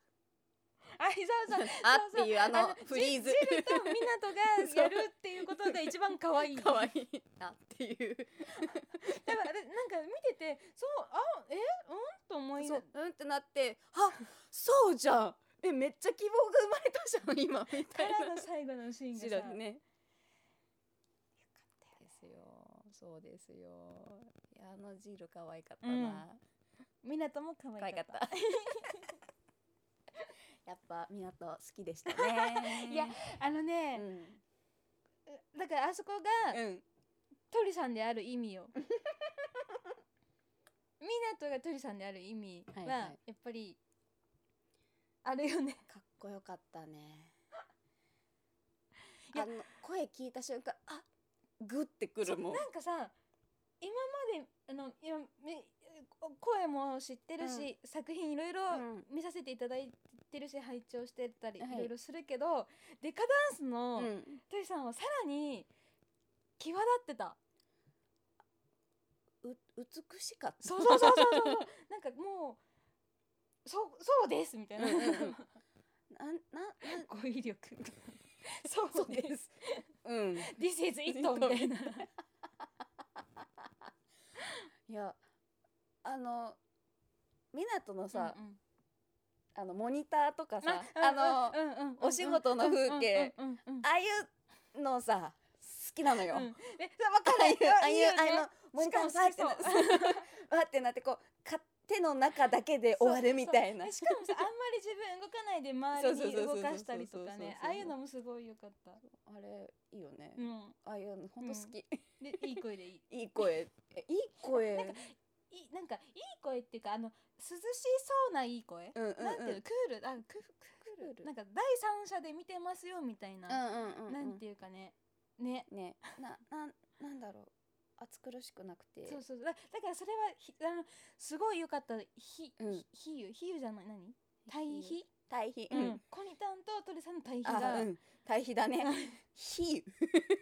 Speaker 1: あ伊沢さん
Speaker 3: あっていうあのフリーズ
Speaker 1: ジジルとミナトがやるっていうことが一番可愛い
Speaker 3: かわいいあっていう
Speaker 1: だからあれなんか見ててそうあえうんと思い
Speaker 3: そ
Speaker 1: な
Speaker 3: ううんってなってあそうじゃんえめっちゃ希望が生まれたじゃん今みた
Speaker 1: か
Speaker 3: い
Speaker 1: ら
Speaker 3: な
Speaker 1: の最後のシーンが
Speaker 3: 白
Speaker 1: さ、
Speaker 3: ね。ですよ。そうですよ。いやあのジール可愛かったな。
Speaker 1: うんミナトも可
Speaker 3: 可
Speaker 1: 愛
Speaker 3: 愛か
Speaker 1: かった
Speaker 3: っ。
Speaker 1: た
Speaker 3: やっぱミナト好きでしたね
Speaker 1: 。いやあの
Speaker 3: う
Speaker 1: ね、
Speaker 3: ん。
Speaker 1: だからあそこが
Speaker 3: うん。
Speaker 1: 鳥さんである意味 をミナトが鳥さんである意味は
Speaker 3: はいは
Speaker 1: や
Speaker 3: い
Speaker 1: っぱりあれ よね
Speaker 3: かっこよかったね。
Speaker 1: いや
Speaker 3: あの声聞いた瞬間あグってく
Speaker 1: そ
Speaker 3: る
Speaker 1: うな
Speaker 3: もん。
Speaker 1: んかさ今まであのいやめ声も知ってるし、作品いろいろ
Speaker 3: うん
Speaker 1: 見させていただいてるし拝聴してたりい
Speaker 3: はい
Speaker 1: ろいろするけど、デカダンス
Speaker 3: う
Speaker 1: の
Speaker 3: ん。
Speaker 1: 鳥さんはさらに際立ってた
Speaker 3: う美しかった。
Speaker 1: そうそうそうそうそうなんかもうそうそうですみたいな
Speaker 3: うんうんうんなんなんなん
Speaker 1: 語彙力そうです
Speaker 3: うん。
Speaker 1: This is it みた いな
Speaker 3: いやあのミナトのさ、
Speaker 1: うんうん
Speaker 3: あのモニターとかさ、あの。
Speaker 1: うんうんうんうんうん
Speaker 3: お仕事の風景
Speaker 1: うんうんうんうん
Speaker 3: ああいうのさ好きなのよ。
Speaker 1: うんえそうわか
Speaker 3: ああいう
Speaker 1: る
Speaker 3: ああいうあ
Speaker 1: い
Speaker 3: あ
Speaker 1: い
Speaker 3: いう
Speaker 1: よ
Speaker 3: の
Speaker 1: ね
Speaker 3: モニター
Speaker 1: し
Speaker 3: に
Speaker 1: か
Speaker 3: さ
Speaker 1: も好
Speaker 3: ってな
Speaker 1: きそ
Speaker 3: わってなってこうか手の中だけで終わるみたいな
Speaker 1: そうそうえしかもさあんまり自分動かないで周り
Speaker 3: そう
Speaker 1: に
Speaker 3: そうそうそ
Speaker 1: 動
Speaker 3: う
Speaker 1: かしたりとかね
Speaker 3: そうそうそうそう
Speaker 1: ああいうのもすごい良かった
Speaker 3: あれいいよね、
Speaker 1: うん
Speaker 3: ああいうの本当好き、
Speaker 1: で いい声でいい
Speaker 3: いい声えいい声
Speaker 1: なんかいいなんかいい声っていうかあの涼しそうないい声、
Speaker 3: うんうん
Speaker 1: なんていうのクールあククー
Speaker 3: クー
Speaker 1: ル
Speaker 3: ル
Speaker 1: なんか第三者で見てますよみたいな、
Speaker 3: うんうんうんうん
Speaker 1: なんていうかねね
Speaker 3: ねななんなんだろう暑苦しくなくて
Speaker 1: そうそうだだからそれはひあのすごい良かったひ、
Speaker 3: うん
Speaker 1: ひ比喩比喩じゃない何対比
Speaker 3: 対比
Speaker 1: うん、コニタンと鳥さんの対比
Speaker 3: あ
Speaker 1: が、
Speaker 3: うん対比だね
Speaker 1: うん
Speaker 3: 比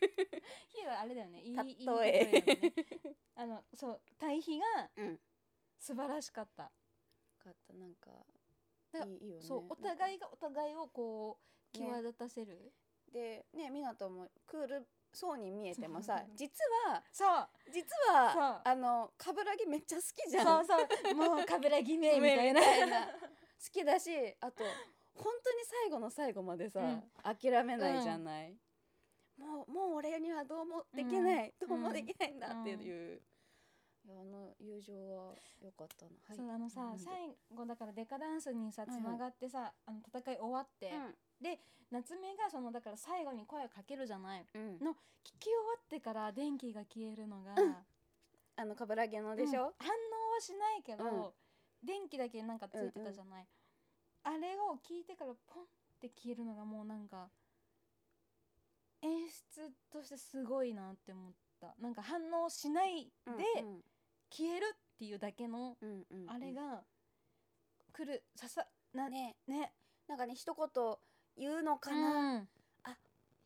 Speaker 1: 比喩はあれだよねいいいい
Speaker 3: 喩例
Speaker 1: だよね
Speaker 3: え
Speaker 1: あのそう対比が
Speaker 3: うんよ
Speaker 1: 素晴らしかった
Speaker 3: かったなんか
Speaker 1: だ
Speaker 3: いいいいよね
Speaker 1: そうお
Speaker 3: い
Speaker 1: 互いがお互いをこう
Speaker 3: ね
Speaker 1: 際立たせる、
Speaker 3: でねみなともクールそうに見えても
Speaker 1: そう
Speaker 3: さ
Speaker 1: そうそう
Speaker 3: 実は
Speaker 1: そう
Speaker 3: 実
Speaker 1: そう
Speaker 3: はあのカブラギめっちゃ好きじゃん
Speaker 1: そう
Speaker 3: 好
Speaker 1: そう もうカブラギ名みたいな
Speaker 3: みた いなきだしあと本当に最後の最後までさ、
Speaker 1: うん
Speaker 3: 諦めないじゃない、もうもう俺にはどうもできない、
Speaker 1: うん
Speaker 3: どうもできないんだっていう、いやあの友情は良かったな、はい、
Speaker 1: そうあのさ
Speaker 3: うん
Speaker 1: 最後だからデカダンスにさ
Speaker 3: はいは
Speaker 1: つ
Speaker 3: い
Speaker 1: ながってさあの戦い終わって夏目がそのだから最後に声をかけるじゃない
Speaker 3: うん、うん
Speaker 1: の聞き終わってから電気が消えるのが
Speaker 3: うんあのカブラギのでし
Speaker 1: うん
Speaker 3: ょ、
Speaker 1: 反応はしないけど電気だけなんかついてたじゃないあれを聞いてからポンって消えるのがもうなんか演出としてすごいなって思ったなんか反応しないで
Speaker 3: うんうん
Speaker 1: 消えるっていうだけの
Speaker 3: うんうんうん
Speaker 1: あれが来るささなね
Speaker 3: ね
Speaker 1: ね
Speaker 3: なんかね一言言うのか
Speaker 1: か
Speaker 3: な、
Speaker 1: な、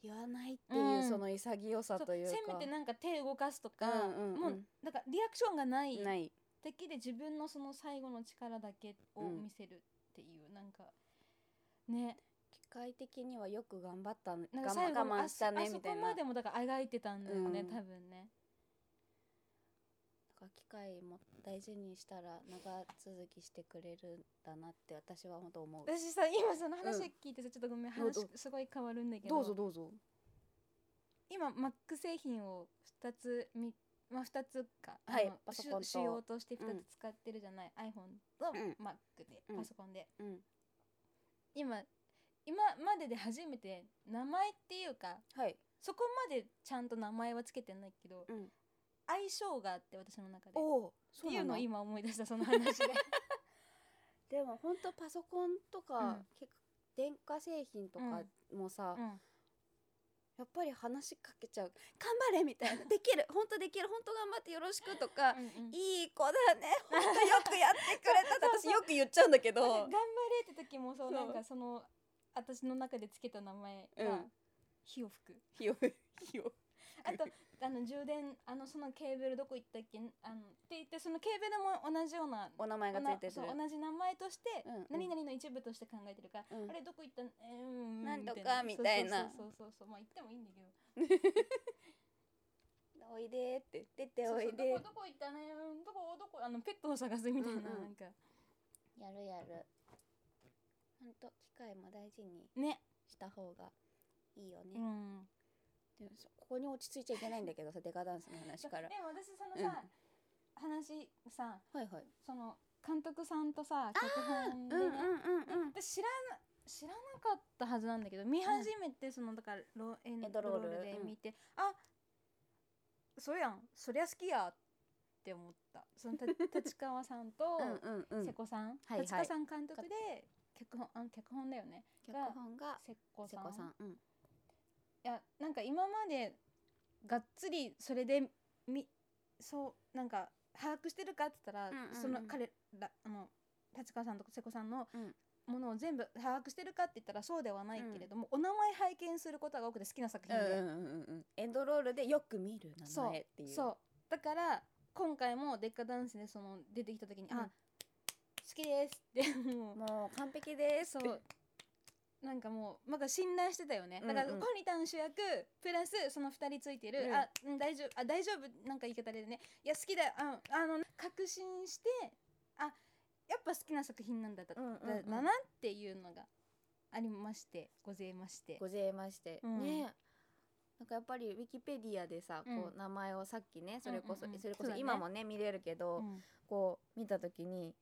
Speaker 3: 言わないっていう、
Speaker 1: うん
Speaker 3: その潔さ
Speaker 1: そう
Speaker 3: というか
Speaker 1: せめてなんか手動かすとか、
Speaker 3: うんうんうん
Speaker 1: もうなんかリアクションがない
Speaker 3: ない
Speaker 1: だけで自分のその最後の力だけを
Speaker 3: うん
Speaker 1: 見せるっていう、なんかね
Speaker 3: 機械的にはよく頑張ったね
Speaker 1: なんか
Speaker 3: 我
Speaker 1: 最
Speaker 3: 慢
Speaker 1: 後
Speaker 3: 我慢した
Speaker 1: あ
Speaker 3: ね
Speaker 1: そあ
Speaker 3: み
Speaker 1: そ
Speaker 3: た
Speaker 1: こ
Speaker 3: いなな
Speaker 1: ま
Speaker 3: ん
Speaker 1: で
Speaker 3: か
Speaker 1: もだからあがいてたんだよね、
Speaker 3: うん
Speaker 1: 多分ね
Speaker 3: 機械も大事にしたら長続きしてくれるんだなって私は本当思う
Speaker 1: 私さ今その話
Speaker 3: うん
Speaker 1: 聞いてさ、ちょっとごめん
Speaker 3: どう
Speaker 1: 話
Speaker 3: ぞ
Speaker 1: すごい変わるんだけど
Speaker 3: どうぞ
Speaker 1: 今 Mac 製品を2つみ、まあ、2つか、
Speaker 3: はい
Speaker 1: あの
Speaker 3: パソコンと
Speaker 1: 主主要として2
Speaker 3: うん
Speaker 1: つ使ってるじゃない、iPhone と
Speaker 3: うん
Speaker 1: Mac で、
Speaker 3: うん
Speaker 1: パソコンで
Speaker 3: うん
Speaker 1: 今今までで初めて名前っていうか
Speaker 3: はい
Speaker 1: そこまでちゃんと名前はつけてないけど、
Speaker 3: うん
Speaker 1: 相性があって私の中でっ
Speaker 3: おお
Speaker 1: て
Speaker 3: そう
Speaker 1: い
Speaker 3: な
Speaker 1: うのを
Speaker 3: の
Speaker 1: 今思い出したその話 で
Speaker 3: でも本当パソコンと
Speaker 1: う
Speaker 3: か
Speaker 1: ん、
Speaker 3: 結構電化製品とかもさ、
Speaker 1: うん
Speaker 3: やっぱり話しかけちゃう頑張れみたいなできる本当できる本当頑張ってよろしくとか
Speaker 1: うんうん
Speaker 3: いい子だね本当よくやってくれたって私よく言っちゃうんだけど
Speaker 1: なんか頑張れって時もそう
Speaker 3: そう
Speaker 1: なんかその私の中でつけた名前
Speaker 3: う
Speaker 1: が
Speaker 3: ん
Speaker 1: 火を吹く、
Speaker 3: ひよひよ
Speaker 1: あ とあの充電あのそのケーブルどこ行ったっけあのって言ってそのケーブルも同じような
Speaker 3: お名前がついてる
Speaker 1: そう同じ名前として、
Speaker 3: うんうん
Speaker 1: 何々の一部として考えてるから、
Speaker 3: うん
Speaker 1: あれどこ行ったんえーうん
Speaker 3: なんとかみたいな
Speaker 1: そうそうそうそうそうまあ言ってもいいんだけど
Speaker 3: おいでって出て
Speaker 1: そう
Speaker 3: お
Speaker 1: そう
Speaker 3: いで
Speaker 1: どこどこ行ったねうんどこどこあのペットを探すみたいな、
Speaker 3: う
Speaker 1: な
Speaker 3: んうん
Speaker 1: んか
Speaker 3: やるやるほんと機械も大事に
Speaker 1: ね
Speaker 3: した方がいいよ
Speaker 1: う
Speaker 3: ね、
Speaker 1: ん
Speaker 3: でもそここに落ち着いちゃいけないんだけどさデカダンスの話
Speaker 1: そう
Speaker 3: から
Speaker 1: でも私そのさ、話さ
Speaker 3: はいはい
Speaker 1: その監督さんとさ脚本でね、
Speaker 3: うん
Speaker 1: で知らな知らなかったはずなんだけど見始めてそのだからロエン
Speaker 3: エ
Speaker 1: ド
Speaker 3: ドロ
Speaker 1: ロ
Speaker 3: ール
Speaker 1: ールで
Speaker 3: うん
Speaker 1: 見て、あそやんそりゃ好きやって思ったそ のた立川さんと
Speaker 3: うんうんうん
Speaker 1: 瀬古さん、
Speaker 3: はいはい
Speaker 1: 立川さん監督で脚本あの脚本だよね
Speaker 3: 脚本が
Speaker 1: 瀬古
Speaker 3: 瀬
Speaker 1: さん
Speaker 3: 古さんうん
Speaker 1: いやなんか今までがっつりそれでみそうなんか把握してるかって言ったら、
Speaker 3: うんうんうん
Speaker 1: その彼らあの立川さんと瀬古さんの
Speaker 3: うん
Speaker 1: ものを全部把握してるかって言ったらそうではないけれども、お名前拝見することが多くて好きな作
Speaker 3: う
Speaker 1: 品
Speaker 3: ん
Speaker 1: で、
Speaker 3: うんうんうんエンドロールでよく見る名前っていう
Speaker 1: そうだから今回も「デッカダンス」でその出てきた時に「
Speaker 3: うん
Speaker 1: あ好きです」ってもう
Speaker 3: もう完璧です
Speaker 1: そ
Speaker 3: って
Speaker 1: うなんかもうなんか信頼してたよねだから
Speaker 3: うんうん
Speaker 1: コニタン主役プラスその2人ついてる、
Speaker 3: うん
Speaker 1: あうん大丈夫あ大丈夫なんか言い方でねいや好きだよああの確信してあやっぱ好きな作品なんだだ,、
Speaker 3: うんうんうん
Speaker 1: だだなっていうのがありましてございまして
Speaker 3: ございまして、
Speaker 1: うん
Speaker 3: ねなんかやっぱりウィキペディアでさ、
Speaker 1: うん
Speaker 3: こう名前をさっきねそれこそ、
Speaker 1: うんうんうん
Speaker 3: それ
Speaker 1: そ
Speaker 3: こ
Speaker 1: う
Speaker 3: そ
Speaker 1: だね
Speaker 3: 今もね見れるけど、
Speaker 1: うん
Speaker 3: こう見た時に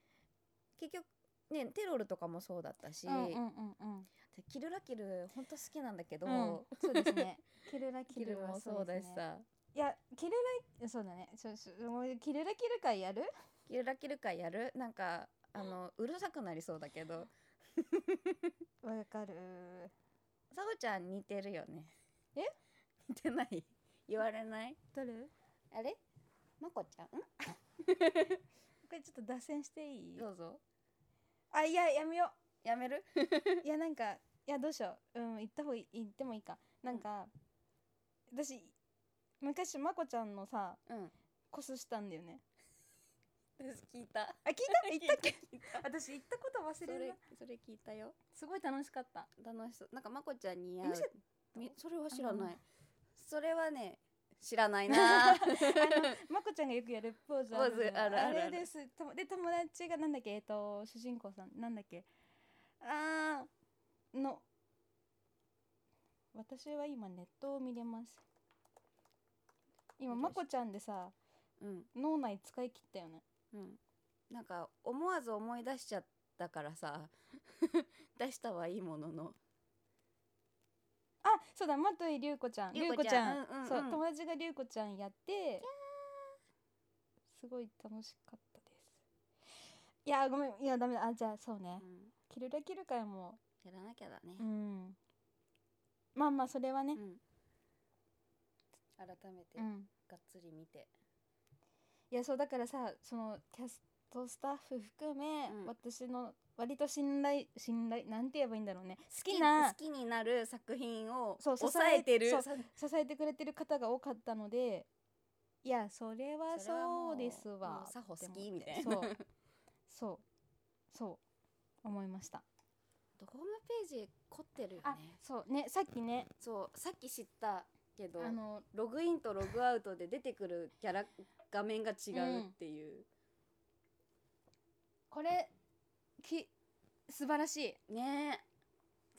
Speaker 3: 結局ねテロルとかもそうだったし、
Speaker 1: うんうんうんうん
Speaker 3: キルラキルほんと好きなんだけど、
Speaker 1: うんそうですね キルラキ
Speaker 3: キル
Speaker 1: ルは
Speaker 3: も
Speaker 1: そ
Speaker 3: そう
Speaker 1: う
Speaker 3: だ
Speaker 1: で
Speaker 3: し
Speaker 1: すね
Speaker 3: さ、
Speaker 1: いやキルラそうだねそうそうもうキルラキル会やる
Speaker 3: キルラキル会やるなんかあのうるさくなりそうだけど
Speaker 1: わかる
Speaker 3: さほちゃん似てるよね
Speaker 1: え
Speaker 3: 似てない言われない
Speaker 1: 誰
Speaker 3: あれまこちゃん
Speaker 1: これちょっと脱線していい
Speaker 3: どうぞ
Speaker 1: あいややめよ
Speaker 3: やめる
Speaker 1: う いやなんかいやどうしよううん言った方がいい言ってもいいかなんか、私昔まこちゃんのさ
Speaker 3: うん
Speaker 1: コスしたんだよね
Speaker 3: 私聞いた
Speaker 1: あ聞いた言ったっけ私言ったこと
Speaker 3: そ
Speaker 1: 忘れる
Speaker 3: れ
Speaker 1: な
Speaker 3: それ聞いたよ
Speaker 1: すごい楽しか った
Speaker 3: 楽しそうなんかまこちゃん似合う
Speaker 1: え見せ
Speaker 3: みそれは知らな
Speaker 1: あ
Speaker 3: いそれはね知らな いな
Speaker 1: まこちゃんがよくやるポーズあるじゃん
Speaker 3: ポーズあるあるあ
Speaker 1: れ
Speaker 3: る
Speaker 1: ですともで友達がなんだっけえっと主人公さんなんだっけあーの私は今ネットを見れます今まこちゃんでさ
Speaker 3: うん
Speaker 1: 脳内使い切ったよね
Speaker 3: うんなんか思わず思い出しちゃったからさ 出したはいいものの
Speaker 1: あそうだマトイリュウコちゃん
Speaker 3: リュウ
Speaker 1: リュ
Speaker 3: コ
Speaker 1: ウコ
Speaker 3: ちゃんうんうんうん
Speaker 1: そう友達がリュウコちゃんやってすごい楽しかったですいやごめんいやダメだあじゃあそうね、
Speaker 3: うん
Speaker 1: キルラキル会も
Speaker 3: やらなきゃだね
Speaker 1: うんまあまあそれはね
Speaker 3: うん改めて
Speaker 1: うん
Speaker 3: がっつり見て
Speaker 1: いやそうだからさそのキャストスタッフ含め、
Speaker 3: うん
Speaker 1: 私の割と信頼信頼なんて言えばいいんだろうね好
Speaker 3: 好
Speaker 1: き
Speaker 3: き
Speaker 1: な
Speaker 3: 好きになる作品を
Speaker 1: そう
Speaker 3: 抑えてる
Speaker 1: そう
Speaker 3: さ
Speaker 1: 支えてくれてる方が多かったのでいやそれは
Speaker 3: それはも
Speaker 1: そううですわ
Speaker 3: もう作法好き
Speaker 1: って思って
Speaker 3: みたいな
Speaker 1: そうそうそう思いました
Speaker 3: ホームページ凝ってるよ
Speaker 1: あ
Speaker 3: ね
Speaker 1: そうねさっきね
Speaker 3: そうさっき知ったけど
Speaker 1: あの
Speaker 3: ログインとログアウトで出てくるキャラ画面が違うっていう、
Speaker 1: これき素晴らしい
Speaker 3: ね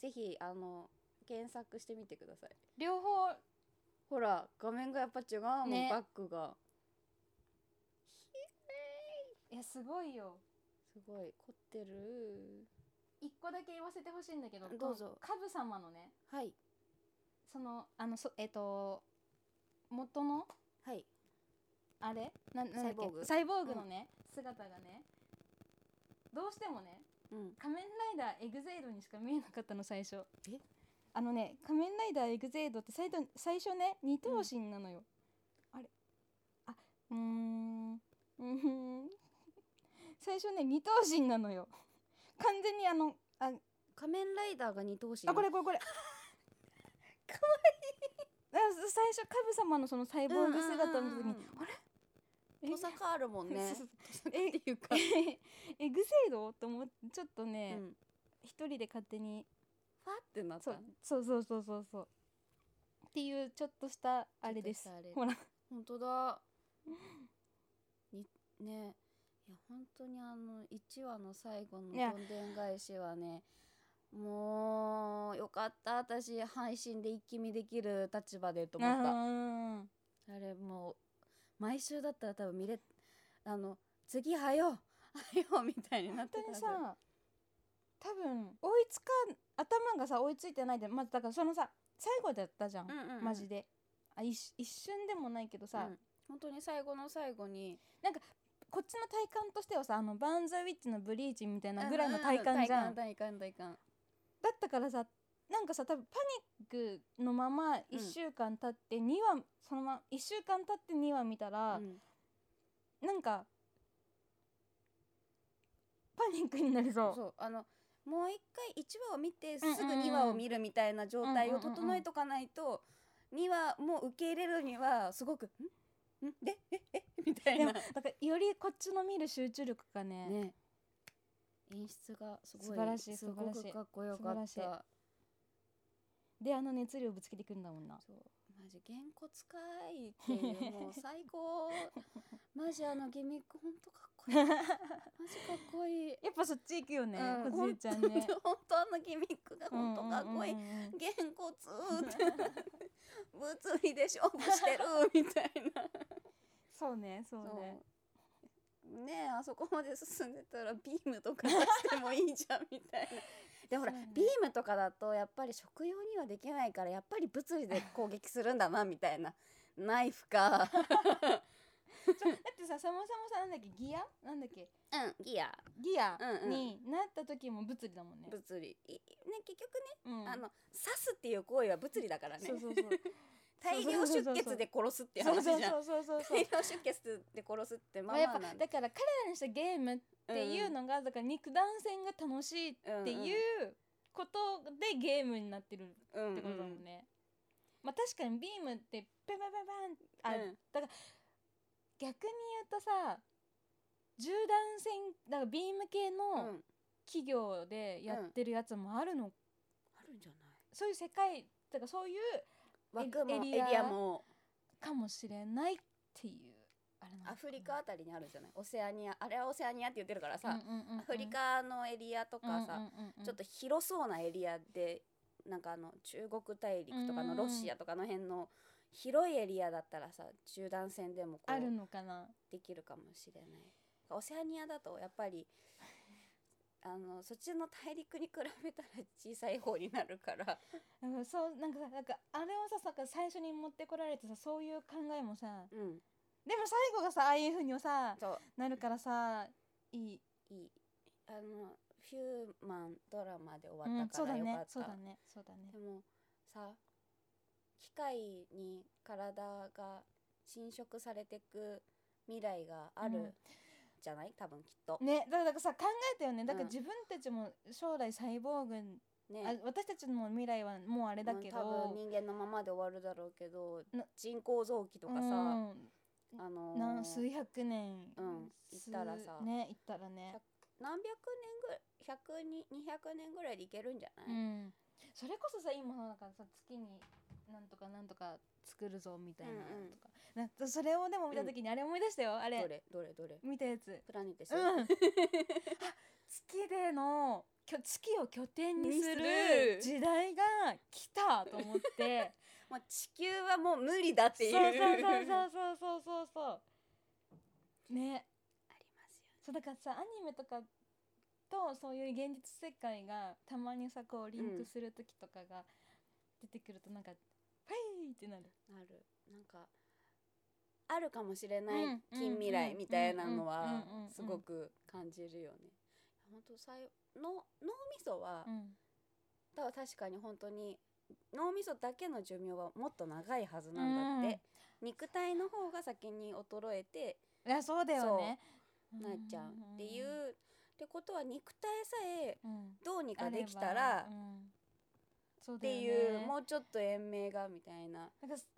Speaker 3: えぜひあの検索してみてください
Speaker 1: 両方
Speaker 3: ほら画面がやっぱ違うもん、
Speaker 1: ね
Speaker 3: バックが
Speaker 1: いやすごいよ
Speaker 3: すごい凝ってる
Speaker 1: 一個だけ言わせてほしいんだけど
Speaker 3: どうぞ
Speaker 1: このカブ様のね
Speaker 3: はい
Speaker 1: そのあのそえっ、と元の
Speaker 3: はい
Speaker 1: あれなんなんだっけ
Speaker 3: サイボーグ
Speaker 1: サイボーグのね、姿がねどうしてもね
Speaker 3: うん
Speaker 1: 仮面ライダーエグゼイドにしか見えなかったの最初
Speaker 3: え
Speaker 1: あのね仮面ライダーエグゼイドって最初最初ね二頭身なのよ、あれあうーんう ーん最初ね二頭身なのよ完全にあのあ
Speaker 3: 仮面ライダーが二頭身
Speaker 1: あこれこ れこれかわいい最初カブ様のそのサイボーグ姿を見た時に、
Speaker 3: うんうんうん
Speaker 1: あれえ
Speaker 3: 土佐カあるもんね
Speaker 1: そう
Speaker 3: トサカっていう か、
Speaker 1: エグゼイドと思ってちょっと
Speaker 3: う
Speaker 1: ね
Speaker 3: ん、
Speaker 1: 一、人で勝手に
Speaker 3: ファってなった
Speaker 1: そうそうそうそうそうそうっていうちょっとしたあれです
Speaker 3: ちょっとしたあ
Speaker 1: ほ
Speaker 3: れ
Speaker 1: ら
Speaker 3: 本当だにねいや本当にあの1話の最後の
Speaker 1: いや
Speaker 3: どんでん返しはねもうよかった私配信で一気見できる立場でと 思った
Speaker 1: うん
Speaker 3: あれもう毎週だったら多分見れあの次はよはよみたいになっ
Speaker 1: 本
Speaker 3: て
Speaker 1: 当
Speaker 3: た
Speaker 1: に
Speaker 3: はず
Speaker 1: さ多分追いつかん頭がさ追いついてないでまずだからそのさ最後だったじゃん、
Speaker 3: うんうんうん
Speaker 1: マジであ一瞬一瞬でもないけどさ、
Speaker 3: うん本当に最後の最後に
Speaker 1: こっちの体感としてはさあのバーンザーウィッチのブリーチみたいなぐらいの体感じゃん、だ
Speaker 3: 体感体感
Speaker 1: ったからさなんかさ多分パニックのまま1週間経って2話、そのまま1週間経って2話見たら、
Speaker 3: 体感、うん
Speaker 1: なんかパニックになりそう
Speaker 3: そうあのもう一回1話を見てすぐ
Speaker 1: うんうんうん
Speaker 3: 2話を見るみたいな状態を
Speaker 1: うんうんうんうん
Speaker 3: 整えとかないと2話も受け入れるにはすごく「んんでええみたい
Speaker 1: で
Speaker 3: な
Speaker 1: も、だからよりこっちの見る集中力がね
Speaker 3: ね、演出がすごい
Speaker 1: 素晴らしい
Speaker 3: すご
Speaker 1: 素晴らし
Speaker 3: く
Speaker 1: い
Speaker 3: かっこよかった
Speaker 1: 素晴
Speaker 3: そ
Speaker 1: ら
Speaker 3: う
Speaker 1: であの熱量ぶつけてくんだもんな
Speaker 3: マジげんこつかいっていうもう最高マジあのギミックほんとかっこ いいマジかっこいい
Speaker 1: やっぱそっち行くよね、
Speaker 3: うん
Speaker 1: こずえちゃん ね
Speaker 3: ほんとあのギミックがほんとかっこいい
Speaker 1: うんうんうんうん
Speaker 3: げんこつーって物理で勝負してるみたいな
Speaker 1: そうねそうね
Speaker 3: そうねえあそこまで進んでたらビームとか出してもいいじゃんみたい なでほら、
Speaker 1: そうね
Speaker 3: ビームとかだとやっぱり食用にはできないからやっぱり物理で攻撃するんだなみたいなナイフ
Speaker 1: だっ
Speaker 3: か
Speaker 1: てさそもそもさなんだっけギアなんだっけ
Speaker 3: うんギア
Speaker 1: ギア
Speaker 3: うんうん
Speaker 1: になった時も物理だもんね。
Speaker 3: 物理いね結局
Speaker 1: うん
Speaker 3: ねあの刺すっていう行為は物理だからね
Speaker 1: そうそう そう。
Speaker 3: 大量出血で殺すって
Speaker 1: そう
Speaker 3: 話じゃ
Speaker 1: そ
Speaker 3: ん
Speaker 1: うそうそうそうそう
Speaker 3: 大。量出血で殺すって ま
Speaker 1: ま
Speaker 3: あ
Speaker 1: あや
Speaker 3: ま
Speaker 1: っ
Speaker 3: あ
Speaker 1: ぱ
Speaker 3: なん
Speaker 1: だから彼らにしたゲームっていうのが、だから肉弾戦が楽しいっ
Speaker 3: って
Speaker 1: いうことでゲームになってるって
Speaker 3: うんうん
Speaker 1: ことだもんね。まあ確かにビームってペンペンペンペンあ、
Speaker 3: うん
Speaker 1: 逆に言うとさ銃弾戦だからビーム系
Speaker 3: うんう
Speaker 1: の
Speaker 3: ん
Speaker 1: 企業でやってるやつもあるの、
Speaker 3: あるんじゃない
Speaker 1: そういう世界だからそういう
Speaker 3: 枠もエ
Speaker 1: エ
Speaker 3: リ
Speaker 1: リア
Speaker 3: アも
Speaker 1: かもしれないっていうあれなのかな
Speaker 3: アフリカあたりにあるんじゃないオセアニアあれはオセアニアって言ってるからさ、
Speaker 1: うんうんうんうん
Speaker 3: アフリカのエリアとか
Speaker 1: う
Speaker 3: さ、
Speaker 1: んうんうんうん
Speaker 3: ちょっと広そうなエリアでなんかあの中国大陸とかの
Speaker 1: うんうんう
Speaker 3: ロ
Speaker 1: ん
Speaker 3: シアとかの辺の広いエリアだったらさ中断線でもこ
Speaker 1: ある
Speaker 3: う
Speaker 1: のかな
Speaker 3: できるかもしれないオセアニアだとやっぱりあのそっちの大陸に比べたら小さい方になるから
Speaker 1: なんかそうなんかさなんかあれをささ最初に持ってこられてさそういう考えもさ
Speaker 3: うん
Speaker 1: でも最後がさああいうふうにさ
Speaker 3: そ
Speaker 1: なるからさいい、
Speaker 3: ういいあのヒューマンドラマで
Speaker 1: う
Speaker 3: 終わっ
Speaker 1: ん、
Speaker 3: た
Speaker 1: そう
Speaker 3: か
Speaker 1: だ
Speaker 3: らよか
Speaker 1: ね
Speaker 3: っ
Speaker 1: そう
Speaker 3: た
Speaker 1: だねそうだね
Speaker 3: でもさ機械に体が侵食されてく未来があ
Speaker 1: う
Speaker 3: る
Speaker 1: ん
Speaker 3: じゃない、多分きっと。
Speaker 1: ねだからだからさ考えたよねだから
Speaker 3: うん
Speaker 1: 自分たちも将来サイボーグ、
Speaker 3: ね
Speaker 1: あ私たちの未来はもうあれだけど、
Speaker 3: まあ多分人間のままで終わるだろうけど
Speaker 1: な
Speaker 3: 人工臓器とかさ、
Speaker 1: うん
Speaker 3: あのー
Speaker 1: なん数百年、
Speaker 3: うん
Speaker 1: す
Speaker 3: 行ったらさ
Speaker 1: ね行ったらね、
Speaker 3: 何百年ぐらい100に200年ぐらいでいけるんじゃ
Speaker 1: う
Speaker 3: ない、
Speaker 1: ん、それこそさ今なんかさ月になんとかなんとか作るぞみたいなのと
Speaker 3: うんうん
Speaker 1: か,、なんかそれをでも見た時にあれ思い出したよ、あ
Speaker 3: ど
Speaker 1: れ
Speaker 3: れどれどれ
Speaker 1: 見たやつ
Speaker 3: プラネテス、
Speaker 1: うんあ月でのきょ月を拠点にする
Speaker 3: にす
Speaker 1: 時代が来たと思って。
Speaker 3: もう地球はもう無理だ っていう
Speaker 1: そうそう
Speaker 3: あ
Speaker 1: そうそうそうそうそうそうね
Speaker 3: りますよ
Speaker 1: そうだからさアニメとかとそういう現実世界がたまにさこうリンクする時とかが出てくるとなんか「ファイ!」ってなる
Speaker 3: なるなんかあるかもしれな
Speaker 1: う
Speaker 3: い
Speaker 1: ん
Speaker 3: 近未来みたいなの
Speaker 1: うんうん
Speaker 3: は
Speaker 1: うんうんうん
Speaker 3: すごく感じるよね。本当さいの脳みそは、
Speaker 1: うん
Speaker 3: ただ確かに本当に脳みそだけの寿命はもっと長いはずなんだって、肉体の方が先に衰えて
Speaker 1: いやそうだよね
Speaker 3: なっちゃうっていう、ってことは肉体さえ
Speaker 1: うんうん
Speaker 3: どうに
Speaker 1: あ
Speaker 3: か
Speaker 1: れ
Speaker 3: で
Speaker 1: ば
Speaker 3: きたら
Speaker 1: う
Speaker 3: っ
Speaker 1: んそうだよ
Speaker 3: て
Speaker 1: ね
Speaker 3: いう、もうちょっと延命がみたいな
Speaker 1: なんかす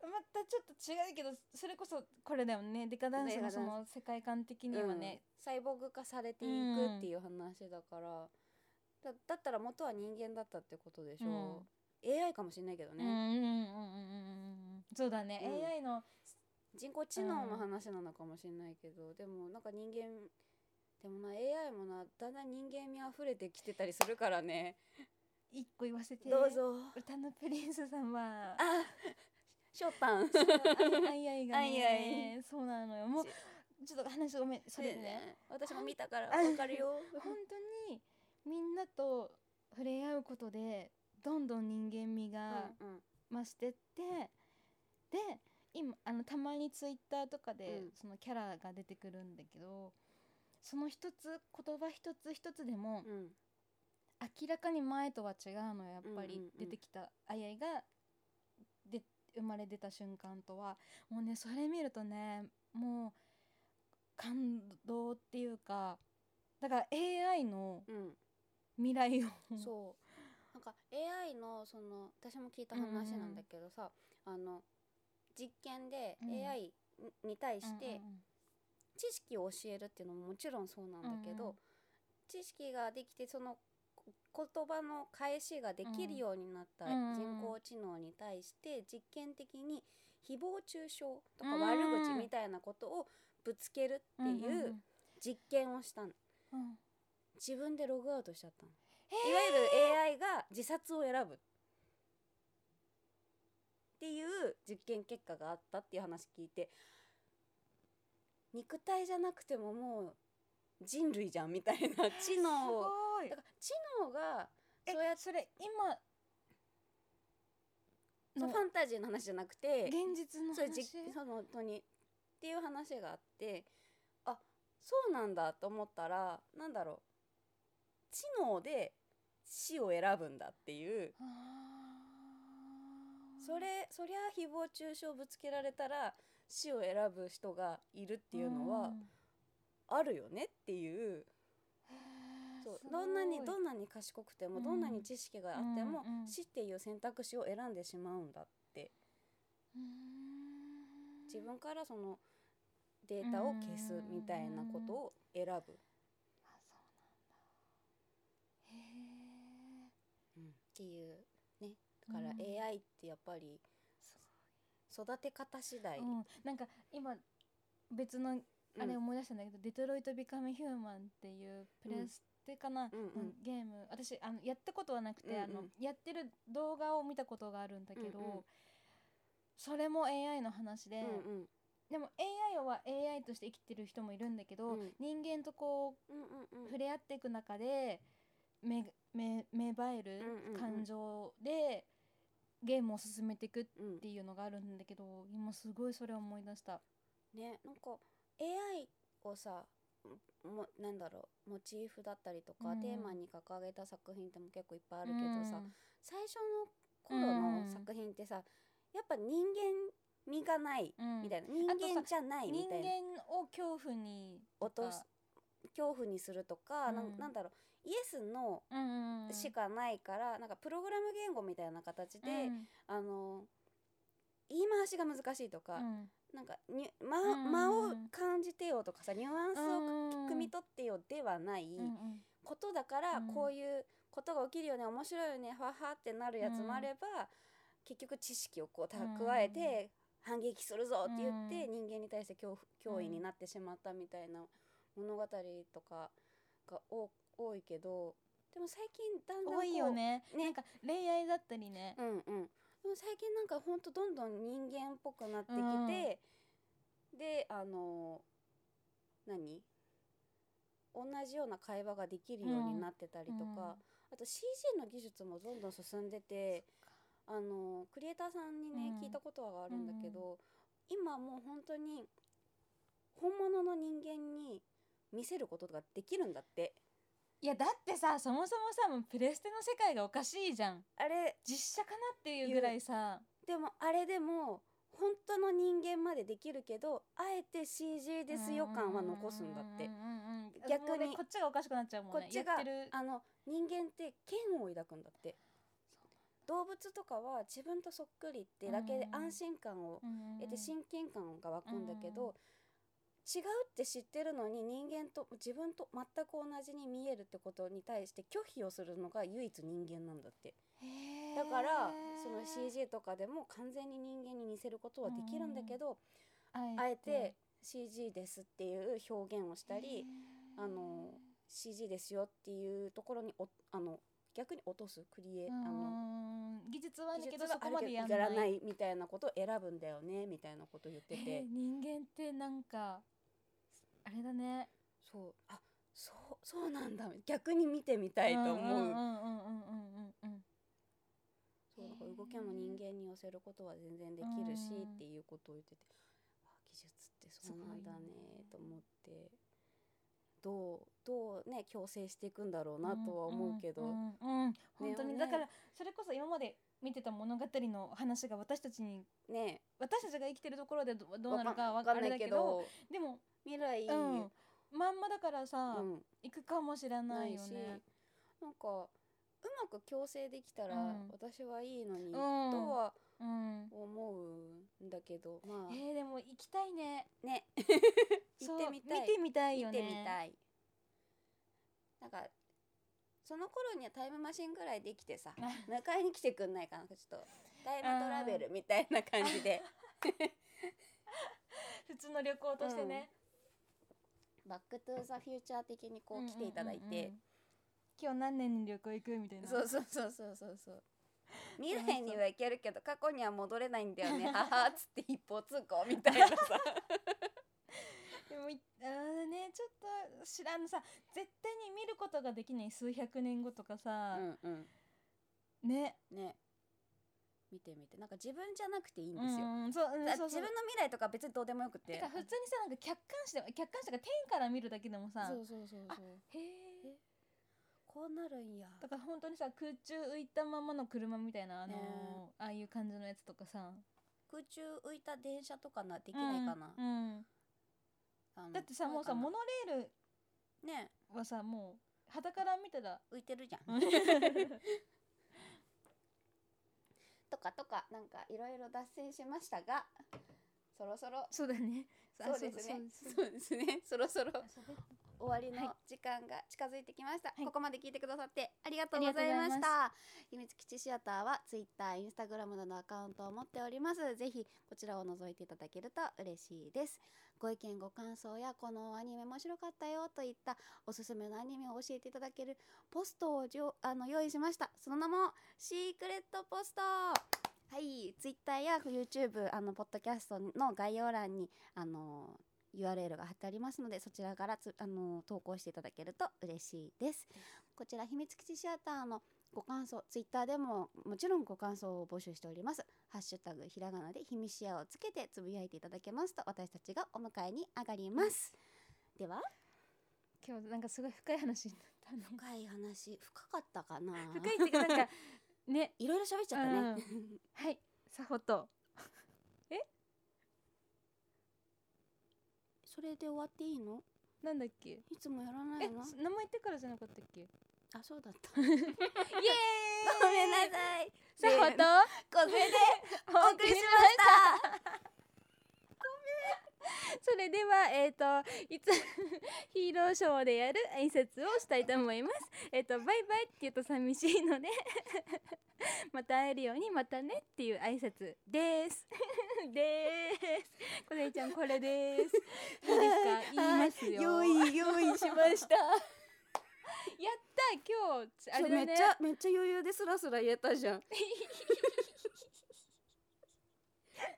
Speaker 1: またちょっと違うけどそれこそこれだよねデカダンスのその世界観的にはね、
Speaker 3: うん、サイボーグ化されていくっていう話だから、だだったら元は人間だったってことでしょ、AI かもしれないけど
Speaker 1: うんうん
Speaker 3: ね、
Speaker 1: うんうんうんうんそうだね、
Speaker 3: うん
Speaker 1: AI の
Speaker 3: 人工知能の話なのかもしれないけど、でもなんか人間でもな AI もなだんだん人間味あふれてきてたりするからね、
Speaker 1: 一個言わせて
Speaker 3: どうぞ
Speaker 1: 歌のプリンスさんは
Speaker 3: あ ショパン
Speaker 1: あいあいがね
Speaker 3: あい
Speaker 1: そうなのよもうちょっと話ごめんそれでね
Speaker 3: 私も見たからわかるよ
Speaker 1: 本当にみんなと触れ合うことでどんどん人間味
Speaker 3: う
Speaker 1: が
Speaker 3: んう
Speaker 1: 増してって、で今あのたまにツイッターとかで
Speaker 3: うん
Speaker 1: そのキャラが出てくるんだけど、その一つ言葉一つ一つでも、
Speaker 3: んうん
Speaker 1: 明らかに前とは違うのよやっぱ
Speaker 3: うんうん
Speaker 1: り
Speaker 3: うん
Speaker 1: 出てきたあやいがで生まれ出た瞬間とはもうねそれ見るとねもう感動っていうかだから AI の
Speaker 3: うん
Speaker 1: 未来を
Speaker 3: そうなんか AI のその私も聞いた話なんだけどさ、あの実験で
Speaker 1: うん
Speaker 3: AI にに対し
Speaker 1: うん
Speaker 3: て知識を教えるっていうのももちろんそうなんだけど、
Speaker 1: うんうん
Speaker 3: 知識ができてそのこ言葉の返しができるようになった
Speaker 1: うんうん
Speaker 3: 人工知能に対して実験的に誹謗中傷とか
Speaker 1: うん
Speaker 3: 悪口みたいなことをぶつけるって
Speaker 1: うんうん
Speaker 3: い
Speaker 1: うん
Speaker 3: う実験をしたの
Speaker 1: うんうん
Speaker 3: 自分でログアウトしちゃったの
Speaker 1: へー
Speaker 3: いわゆる AI が自殺を選ぶっていう実験結果があったっていう話聞いて肉体じゃなくてももう人類じゃんみたい な知
Speaker 1: す
Speaker 3: 能を
Speaker 1: ごい
Speaker 3: だから知能が
Speaker 1: え
Speaker 3: そうやって
Speaker 1: それ今
Speaker 3: そうファンタジーの話じゃなくて
Speaker 1: 現実の
Speaker 3: そうじその本当にっていう話があってあそうなんだと思ったらなんだろう知能で死を選ぶんだっていうそれそりゃ誹謗中傷ぶつけられたら死を選ぶ人がいるっていうのはあるよねっていうそうどんなにどんなに賢くても、どんなに知識があっても、
Speaker 1: うんうん
Speaker 3: 死っていう選択肢を選んでしまうんだって自分からそのデータを消すみたいなことを選ぶ、っていうねだから
Speaker 1: うん
Speaker 3: AI ってやっぱり育て方次第、
Speaker 1: うん、なんか今別のあれ思い出したんだけど「デトロイト・ビカム・ヒューマン」っていうプレステかな、
Speaker 3: うんうん
Speaker 1: のゲーム私あのやったことはなくて、
Speaker 3: うんうん
Speaker 1: あのやってる動画を見たことがあるんだけど、
Speaker 3: うんうん
Speaker 1: それも AI の話で、
Speaker 3: うんうん
Speaker 1: でも AI は AI として生きてる人もいるんだけど、
Speaker 3: うん
Speaker 1: 人間とこ
Speaker 3: うんうん
Speaker 1: う
Speaker 3: うん
Speaker 1: 触れ合っていく中で芽が芽芽生える
Speaker 3: うんうんうん
Speaker 1: 感情でゲームを進めていくっ
Speaker 3: うん
Speaker 1: ていうのがあるんだけど今すごいそれを思い出した。
Speaker 3: ねなんか AI をさもなんだろうモチーフだったりとか、
Speaker 1: うん
Speaker 3: テーマに掲げた作品っても結構いっぱいあ
Speaker 1: あ
Speaker 3: るけどさ、最初の頃
Speaker 1: う
Speaker 3: の
Speaker 1: ん
Speaker 3: 作品ってさやっぱ人間味がないみたいな、
Speaker 1: あとさ
Speaker 3: 人間じゃないみ
Speaker 1: 人
Speaker 3: たいな
Speaker 1: 間を恐怖に
Speaker 3: 落とし
Speaker 1: か
Speaker 3: 恐怖にするとか、な
Speaker 1: うん
Speaker 3: ん、なんだろうイエスの
Speaker 1: うんうんうん
Speaker 3: しかないから、なんかプログラム言語みたいな形で、
Speaker 1: うん
Speaker 3: あの言い回しが難しいとか、
Speaker 1: うん
Speaker 3: なんかに間,、
Speaker 1: うん
Speaker 3: 間を感じてよとかさニュアンスを
Speaker 1: うん
Speaker 3: 汲み取ってよではない
Speaker 1: うん
Speaker 3: ことだから、
Speaker 1: うん
Speaker 3: こういうことが起きるよね面白いよねははってなるやつもあれば、結局知識をこう蓄えて、反撃するぞって言って、人間に対して恐怖脅威になってしまったみたいな物語とかが多多いけどでも最近だんだんこう
Speaker 1: 多いよね
Speaker 3: ね
Speaker 1: なんか恋愛だったりね
Speaker 3: うんうん、でも最近なんかほんとどんどん人間っぽくなってき
Speaker 1: うん
Speaker 3: て、であの何同じような会話ができるようになってたりとか、
Speaker 1: うん
Speaker 3: あと CG の技術もどんどん進んでてあのクリエイターさんにね、
Speaker 1: うん
Speaker 3: 聞いたことはあるんだけど、今もう本当に本物の人間に見せることができるんだって
Speaker 1: いやだってさそもそもさもうプレステの世界がおかしいじゃん
Speaker 3: あれ
Speaker 1: 実写かなっていうぐらいさ
Speaker 3: でもあれでも本当の人間までできるけどあえて CG ですよ感は残すんだっ
Speaker 1: う
Speaker 3: て
Speaker 1: ううんうんうん
Speaker 3: 逆に
Speaker 1: もうねこっちがおかしくなっちゃうもん
Speaker 3: こ
Speaker 1: ね
Speaker 3: っちが
Speaker 1: やってる
Speaker 3: あの人間って嫌悪を抱くんだって動物とかは自分とそっくりってだけで
Speaker 1: うん
Speaker 3: 安心感を
Speaker 1: うんうん
Speaker 3: 得て親近感が湧くんだけ
Speaker 1: うん
Speaker 3: ど違うって知ってるのに人間と自分と全く同じに見えるってことに対して拒否をするのが唯一人間なんだって
Speaker 1: へー
Speaker 3: だからその CG とかでも完全に人間に似せることはできるんだけど、あえて CG ですっていう表現をしたり、あの CG ですよっていうところにおあの逆に落とすクリエ、
Speaker 1: う
Speaker 3: あの
Speaker 1: ん技術はある
Speaker 3: 技
Speaker 1: けど
Speaker 3: 術
Speaker 1: そ
Speaker 3: は
Speaker 1: こ
Speaker 3: あ
Speaker 1: ま
Speaker 3: る
Speaker 1: で
Speaker 3: けど
Speaker 1: や
Speaker 3: や
Speaker 1: らな
Speaker 3: ら
Speaker 1: い
Speaker 3: ないみたいなことを選ぶんだよねみたいなこと言ってて、
Speaker 1: えー人間ってなんかあれだね
Speaker 3: そうあそうそうなんだ逆に見てみたいと思う,、
Speaker 1: んんうんうんうんうんうん
Speaker 3: そうだから動きも人間に寄せることは全然できるし、
Speaker 1: うん
Speaker 3: っていうことを言っててあ技術ってそうなんだねと思ってどうどうね矯正していくんだろうなとは思うけど、
Speaker 1: んうんうん本当に
Speaker 3: ね
Speaker 1: だからそれこそ今まで見てた物語の話が私たちに
Speaker 3: ね
Speaker 1: 私たちが生きてるところでどどうなるかは
Speaker 3: わ
Speaker 1: か
Speaker 3: か
Speaker 1: ん
Speaker 3: ん
Speaker 1: な
Speaker 3: ないい
Speaker 1: け
Speaker 3: け
Speaker 1: ど
Speaker 3: ど
Speaker 1: でも
Speaker 3: 未来、
Speaker 1: うんまんまだからさ、
Speaker 3: うん
Speaker 1: 行くかもしれな
Speaker 3: ない
Speaker 1: よ
Speaker 3: いし、
Speaker 1: ね。
Speaker 3: なんかうまく矯正できたら、
Speaker 1: うん
Speaker 3: 私はいいのに、
Speaker 1: ん
Speaker 3: とは
Speaker 1: うん、
Speaker 3: 思うんだけどま
Speaker 1: えー、でも行きたいね。
Speaker 3: あね 行
Speaker 1: そ
Speaker 3: っ
Speaker 1: う
Speaker 3: てみたい
Speaker 1: 見てみたいよね。
Speaker 3: 見てみたいなんかその頃にはタイムマシンぐらいできて さ迎えに来てくんないかなちょっとタイムトラベルみたいな感じ で
Speaker 1: 普通の旅行としてね。
Speaker 3: バックトゥザフューチャー的にこう来ていただいて、
Speaker 1: うんうんうんうん今日何年に旅行行くみたいな。
Speaker 3: そうそうそうそうそうそう未来には行けるけど過去には戻れないんだよ ねははっつって一方通行みたいな さ
Speaker 1: でもいあーねちょっと知らんさ絶対に見ることができない数百年後とかさ、
Speaker 3: うんうん
Speaker 1: ね
Speaker 3: ね見てみてなんか自分じゃなくていいん
Speaker 1: う
Speaker 3: ですよ、
Speaker 1: んうんそううん
Speaker 3: だ
Speaker 1: そう
Speaker 3: 自
Speaker 1: そう
Speaker 3: 分の未来とか別にどうでもよくて
Speaker 1: てか普通にさなんか客観視でも客観視とか天から見るだけでもさ
Speaker 3: そうそうそうそう
Speaker 1: へえ
Speaker 3: こうなるんや
Speaker 1: だから本当にさ空中浮いたままの車みたいなあのー
Speaker 3: ね
Speaker 1: ああいう感じのやつとかさ
Speaker 3: 空中浮いた電車とかなできないかな、
Speaker 1: うんうん
Speaker 3: あの
Speaker 1: だってさもうさ
Speaker 3: 怖
Speaker 1: モ
Speaker 3: いかな
Speaker 1: ノレール
Speaker 3: ね
Speaker 1: はさもう肌から見たら
Speaker 3: 浮いてるじゃん
Speaker 1: うん
Speaker 3: とかとかなんかいろいろ脱線しましたがそろそろ
Speaker 1: そうだねあ
Speaker 3: そうですね
Speaker 1: そう
Speaker 3: そうですねそろそろ
Speaker 1: そうそう
Speaker 3: 終わりの時間が近づいてきました、
Speaker 1: い
Speaker 3: ここまで聞いてくださってありがとうございました秘密基地シアターはツイッターインスタグラムなどのアカウントを持っておりますぜひこちらを覗いていただけると嬉しいですご意見ご感想やこのアニメ面白かったよといったおすすめのアニメを教えていただけるポストをじょあの用意しましたその名もシークレットポストはいツイッターや YouTube あのポッドキャストの概要欄にあの URL が貼ってありますのでそちらからつあの投稿していただけると嬉しいです。こちら秘密基地シアターのご感想、ツイッターでももちろんご感想を募集しております。ハッシュタグひらがなで秘密シアをつけてつぶやいていただけますと私たちがお迎えに上がります。では
Speaker 1: 今日なんかすごい深い話になったね
Speaker 3: 深い話深かったかな。
Speaker 1: 深いっていうかなんか ね
Speaker 3: いろいろ喋っちゃったね。
Speaker 1: はいサホと
Speaker 3: それで終わっていいの？
Speaker 1: なんだっけ
Speaker 3: いつもやらな
Speaker 1: え
Speaker 3: いの？
Speaker 1: す名前言ってからじゃなかったっけイエ
Speaker 3: あそうだ った。ごめんな
Speaker 1: ー
Speaker 3: さい。
Speaker 1: イサホと
Speaker 3: これで
Speaker 1: お
Speaker 3: お
Speaker 1: 送
Speaker 3: 送
Speaker 1: り
Speaker 3: り
Speaker 1: し
Speaker 3: し
Speaker 1: ま
Speaker 3: ま
Speaker 1: し
Speaker 3: した。
Speaker 1: それではえっ、といつ ヒーローショーでやる挨拶をしたいと思いますえっ、とバイバイって言うと寂しいので また会えるようにまたねっていう挨拶です ですこねちゃんこれです いいですか言いますよ
Speaker 3: はい
Speaker 1: やっ
Speaker 3: 用意用意しま した。
Speaker 1: た今日あれだ
Speaker 3: めっ
Speaker 1: ね
Speaker 3: ちゃめっちゃ余裕でスラスラ言えたじ ゃん。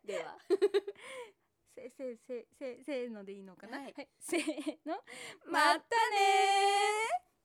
Speaker 3: では
Speaker 1: せせせせせーのでいいのかな、
Speaker 3: はい
Speaker 1: せーの
Speaker 3: またねー。